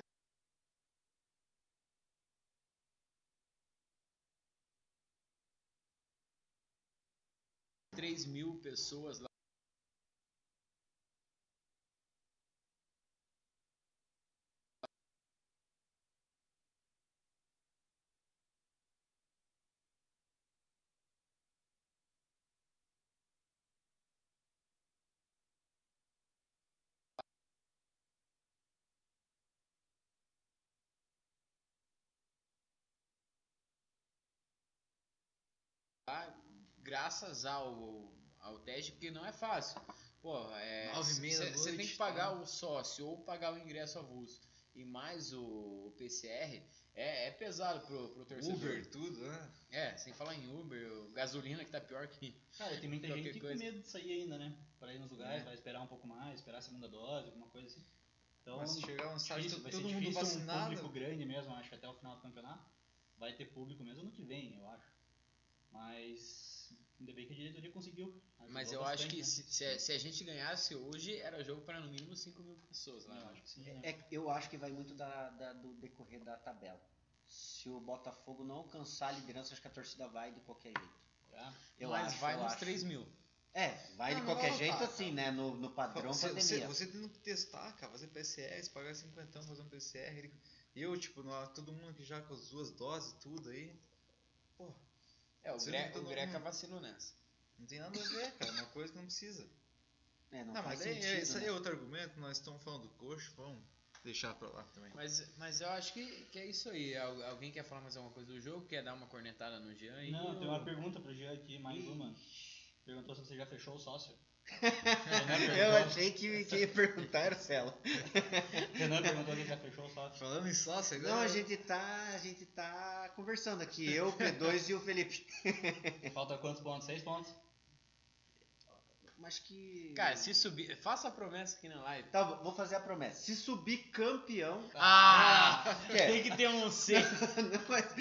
Speaker 1: Três mil pessoas lá. graças ao, ao teste, porque não é fácil. Pô, é,
Speaker 2: Nove e meia da
Speaker 1: você tem
Speaker 2: noite,
Speaker 1: que pagar
Speaker 2: tá?
Speaker 1: o sócio ou pagar o ingresso avulso e mais o, o PCR é, é pesado pro, pro torcedor.
Speaker 2: Uber, tudo, né?
Speaker 1: É, sem falar em Uber, o gasolina que tá pior que.
Speaker 3: Cara, tem muita
Speaker 1: Qualquer
Speaker 3: gente que tem
Speaker 1: coisa.
Speaker 3: medo de sair ainda, né? Pra ir nos lugares,
Speaker 2: É.
Speaker 3: pra esperar um pouco mais, esperar a segunda dose, alguma coisa assim. Então,
Speaker 2: Mas se chegar um estádio
Speaker 3: difícil, vai
Speaker 2: todo
Speaker 3: ser
Speaker 2: mundo
Speaker 3: difícil
Speaker 2: vacinado.
Speaker 3: Um público grande mesmo, acho, até o final do campeonato. Vai ter público mesmo ano que vem, eu acho. Mas ainda bem que a diretoria conseguiu. Ajudou
Speaker 1: Mas eu
Speaker 3: bastante,
Speaker 1: acho que
Speaker 3: né?
Speaker 1: se, é- se, se a gente ganhasse hoje, era jogo para no mínimo 5 mil pessoas lá.
Speaker 3: Eu
Speaker 1: né?
Speaker 3: acho que sim, né?
Speaker 4: É, eu acho que vai muito da, da- do decorrer da tabela. Se o Botafogo não alcançar a liderança, acho que a torcida vai de qualquer jeito.
Speaker 3: Será?
Speaker 4: tá? Eu
Speaker 1: Mas
Speaker 4: acho,
Speaker 1: vai
Speaker 4: eu
Speaker 1: nos
Speaker 4: acho.
Speaker 1: 3 mil.
Speaker 4: É, vai
Speaker 2: Não,
Speaker 4: de
Speaker 2: não
Speaker 4: qualquer
Speaker 2: vai
Speaker 4: jeito
Speaker 2: voltar,
Speaker 4: assim, né? No, no padrão
Speaker 2: você, você,
Speaker 4: pandemia.
Speaker 2: você tem que testar, cara, fazer PCR, se pagar 50 fazer um PCR. ele- Eu, tipo, na- todo mundo que já com as duas doses, tudo aí. Pô,
Speaker 1: É, o,
Speaker 2: Você
Speaker 1: Gre
Speaker 2: não tá
Speaker 1: o
Speaker 2: no-
Speaker 1: Greca vacilou nessa.
Speaker 2: não tem nada a ver, cara. Uma coisa que não precisa.
Speaker 4: É, não,
Speaker 2: Não,
Speaker 4: faz
Speaker 2: mas aí-
Speaker 4: sentido.
Speaker 2: isso aí
Speaker 4: né?
Speaker 2: é outro argumento. Nós estamos falando do coxo, vamos deixar pra lá também.
Speaker 1: Mas, mas eu acho que, que é isso aí. Al- alguém quer falar mais alguma coisa do jogo? Quer dar uma cornetada no Jean? E-
Speaker 3: Não, tem uma pergunta pro Jean aqui, mais
Speaker 4: Ih.
Speaker 3: uma. Perguntou se você já fechou o sócio.
Speaker 4: Eu achei que quem ia perguntar era o Celo.
Speaker 3: Renan perguntou se já fechou o sócio.
Speaker 2: Falando em sócio, né? agora.
Speaker 4: Não, a gente tá, a gente tá conversando aqui, eu, o P2 e o Felipe.
Speaker 3: Falta quantos pontos? Seis pontos?
Speaker 4: mas que.
Speaker 1: Cara, se subir. Faça a promessa aqui na live.
Speaker 4: Tá, vou fazer a promessa. Se subir campeão.
Speaker 6: Ah!
Speaker 4: É.
Speaker 6: Tem que ter um C.
Speaker 4: Não, mas-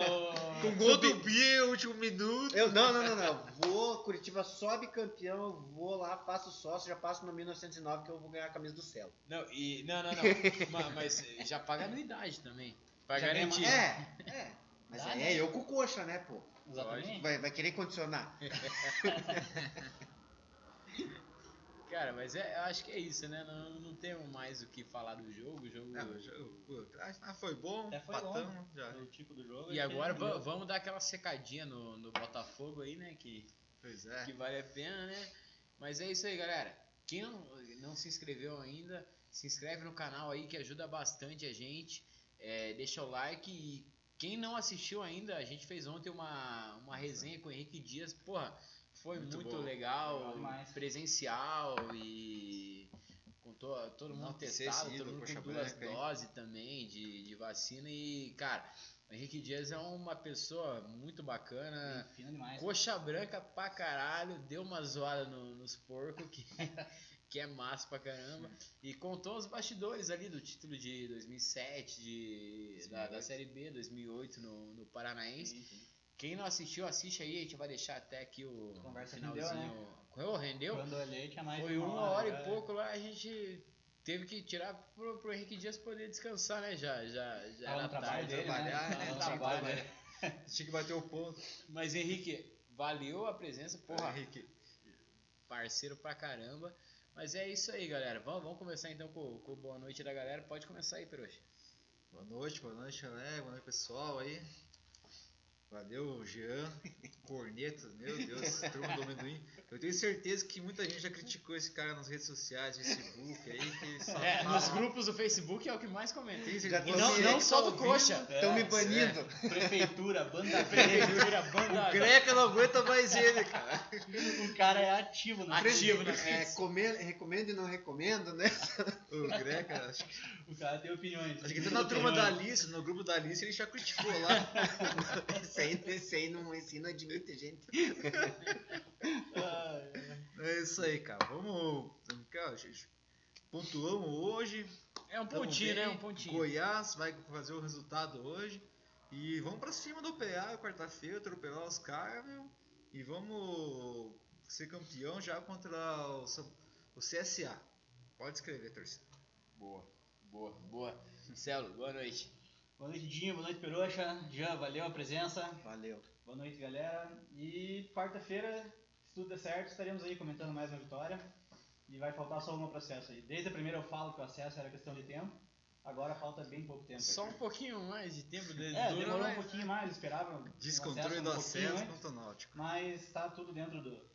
Speaker 1: Oh.
Speaker 6: Com gol do Bia, último minuto.
Speaker 4: eu, não, não, não, não. Vou, Curitiba sobe campeão, eu vou lá, faço sócio, já passo no 1909 que eu vou ganhar a camisa do céu.
Speaker 1: Não, e, não, não, não. Ma- mas, já paga anuidade também. Pra
Speaker 3: Já ganha
Speaker 1: garantir.
Speaker 3: Sim.
Speaker 4: É, é. Mas
Speaker 7: Dá,
Speaker 4: aí
Speaker 7: né?
Speaker 4: é eu com coxa, né, pô?
Speaker 7: Exatamente.
Speaker 4: Vai, vai querer condicionar.
Speaker 1: Cara, mas é, eu acho que é isso, né? Não, não temos mais o que falar do jogo. O jogo...
Speaker 2: Ah, o jogo, pô, atrás, ah, foi bom,
Speaker 4: É,
Speaker 3: Até foi
Speaker 2: patamos, já.
Speaker 3: O tipo do jogo.
Speaker 1: E
Speaker 3: é
Speaker 1: agora
Speaker 3: que-
Speaker 1: va- vamos dar aquela secadinha no, no Botafogo aí, né? Que,
Speaker 2: Pois é.
Speaker 1: que vale a pena, né? Mas é isso aí, galera. Quem não, não se inscreveu ainda, se inscreve no canal aí que ajuda bastante a gente. É, deixa o like e quem não assistiu ainda, a gente fez ontem uma, uma resenha com o Henrique Dias. Porra, foi
Speaker 2: Muito
Speaker 1: muito,
Speaker 2: bom.
Speaker 1: legal,
Speaker 3: Legal demais.
Speaker 1: presencial e com to- todo mundo
Speaker 2: Não, que
Speaker 1: testado,
Speaker 2: esse
Speaker 1: todo
Speaker 2: ídolo,
Speaker 1: mundo
Speaker 2: coxa
Speaker 1: com duas
Speaker 2: branca, hein?
Speaker 1: doses também de, de vacina. E, cara, o Henrique Dias é uma pessoa muito bacana.
Speaker 3: Fino demais.
Speaker 1: Coxa branca pra caralho, deu uma zoada no- nos porcos, que, que é massa pra caramba. E contou os bastidores ali do título de 2007, de, da, da Série B, 2008 no, no Paranaense.
Speaker 3: Sim, sim.
Speaker 1: Quem não assistiu, assiste aí, a gente vai deixar até aqui o
Speaker 3: Conversa rendeu,
Speaker 1: finalzinho. Ô, rendeu?
Speaker 3: Quando eu olhei, tinha mais né? é.
Speaker 1: Foi
Speaker 3: de
Speaker 1: uma hora
Speaker 3: já.
Speaker 1: e pouco lá, a gente teve que tirar pro, pro Henrique Dias poder descansar, né? Já, já, já
Speaker 3: Tava
Speaker 1: era
Speaker 3: no um trabalho
Speaker 1: tarde.
Speaker 3: dele,
Speaker 2: trabalhar,
Speaker 3: né?
Speaker 2: né?
Speaker 3: Tava
Speaker 2: Tinha que
Speaker 3: no trabalho,
Speaker 2: trabalhar.
Speaker 3: né?
Speaker 2: Tinha que bater o ponto.
Speaker 1: Mas Henrique, valeu a presença, porra.
Speaker 2: Henrique.
Speaker 1: parceiro pra caramba. Mas é isso aí, galera. Vamos, vamos começar então com, com o boa noite da galera. Pode começar aí, Peruxa.
Speaker 2: Boa noite, boa noite, Alex, boa noite, pessoal aí. Valeu, Jean, corneta, meu Deus, turma do amendoim. Eu tenho certeza que muita gente já criticou esse cara nas redes sociais, Facebook aí, que só
Speaker 1: É,
Speaker 2: fala-
Speaker 1: nos grupos do Facebook é o que mais comenta.
Speaker 2: Tem
Speaker 4: Já
Speaker 2: certeza
Speaker 4: tô-
Speaker 2: que
Speaker 1: Não,
Speaker 2: você
Speaker 1: não
Speaker 2: que
Speaker 1: só
Speaker 2: tá
Speaker 1: do
Speaker 2: ouvindo,
Speaker 1: coxa.
Speaker 4: Estão me banindo.
Speaker 3: Prefeitura, banda verde.
Speaker 1: Prefeitura, É, banda.
Speaker 2: Greca não aguenta mais ele, cara.
Speaker 3: o cara é ativo na
Speaker 1: Ativo, né?
Speaker 4: É, comer- recomendo e não recomendo, né?
Speaker 2: O Greca, acho que,
Speaker 3: O cara tem opiniões.
Speaker 2: acho que tá na turma da Alice, no grupo da Alice, ele já criticou lá.
Speaker 4: Esse aí, esse aí não ensina admite, gente.
Speaker 3: Ah,
Speaker 2: É isso aí, cara. Vamos. cara, gente, Pontuamos hoje,
Speaker 1: É um
Speaker 2: Tamo
Speaker 1: pontinho,
Speaker 2: bem.
Speaker 1: né? Um pontinho.
Speaker 2: Então, Goiás vai fazer o resultado hoje. E vamos pra cima do PA quarta-feira, atropelar os caras, meu. E vamos ser campeão já contra o, São- o CSA. Pode escrever,
Speaker 1: Um
Speaker 2: torcida.
Speaker 1: Boa, boa, boa. Marcelo, boa noite.
Speaker 3: Boa noite, Dinho. Boa noite, Peruxa. Jean, valeu a presença.
Speaker 4: Valeu.
Speaker 3: Boa noite, galera. E quarta-feira, se tudo der certo, estaremos aí comentando mais uma vitória. E vai faltar só um processo aí. Desde a primeira eu falo que o acesso era questão de tempo. Agora falta bem pouco tempo.
Speaker 1: Só um pouquinho mais de né? tempo dele.
Speaker 3: É, demorou um pouquinho mais, esperava. um
Speaker 2: Descontrole do
Speaker 3: um pouquinho
Speaker 2: acesso
Speaker 3: antes,
Speaker 2: contra o Náutico.
Speaker 3: Mas tá tudo dentro do do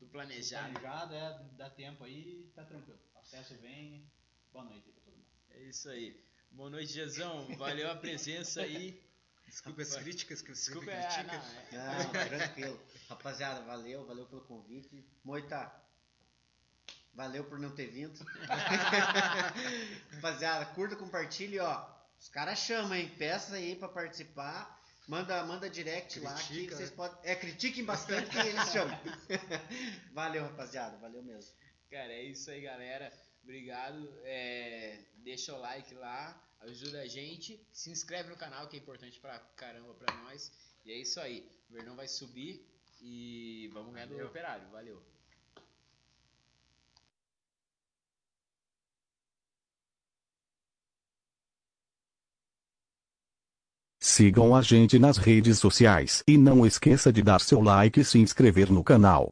Speaker 1: Do planejado.
Speaker 3: planejado, é, dá tempo aí, tá tranquilo. O acesso vem. Boa noite aí pra todo mundo.
Speaker 1: É isso aí. Boa noite, Jezão. Valeu a presença aí.
Speaker 2: Desculpa as
Speaker 1: Rapaz.
Speaker 2: críticas que você
Speaker 1: Desculpa,
Speaker 2: critica.
Speaker 1: é, não, é-
Speaker 4: Não, tranquilo. Rapaziada, valeu, valeu pelo convite. Moita, valeu por não ter vindo. Rapaziada, curta, compartilhe, ó. Os caras chamam, hein? Peça aí pra participar. Manda, manda direct lá que
Speaker 2: Critica,
Speaker 4: vocês
Speaker 2: né?
Speaker 4: podem. É, critiquem bastante que eles chamam. valeu, rapaziada, valeu mesmo.
Speaker 1: Cara, é isso aí, galera. Obrigado. É, deixa o like lá, ajuda a gente. Se inscreve no canal, que é importante pra caramba pra nós. E é isso aí. O Verdão vai subir e vamos ganhar do
Speaker 2: Valeu.
Speaker 1: Operário. Valeu.
Speaker 8: Sigam a gente nas redes sociais e não esqueça de dar seu like e se inscrever no canal.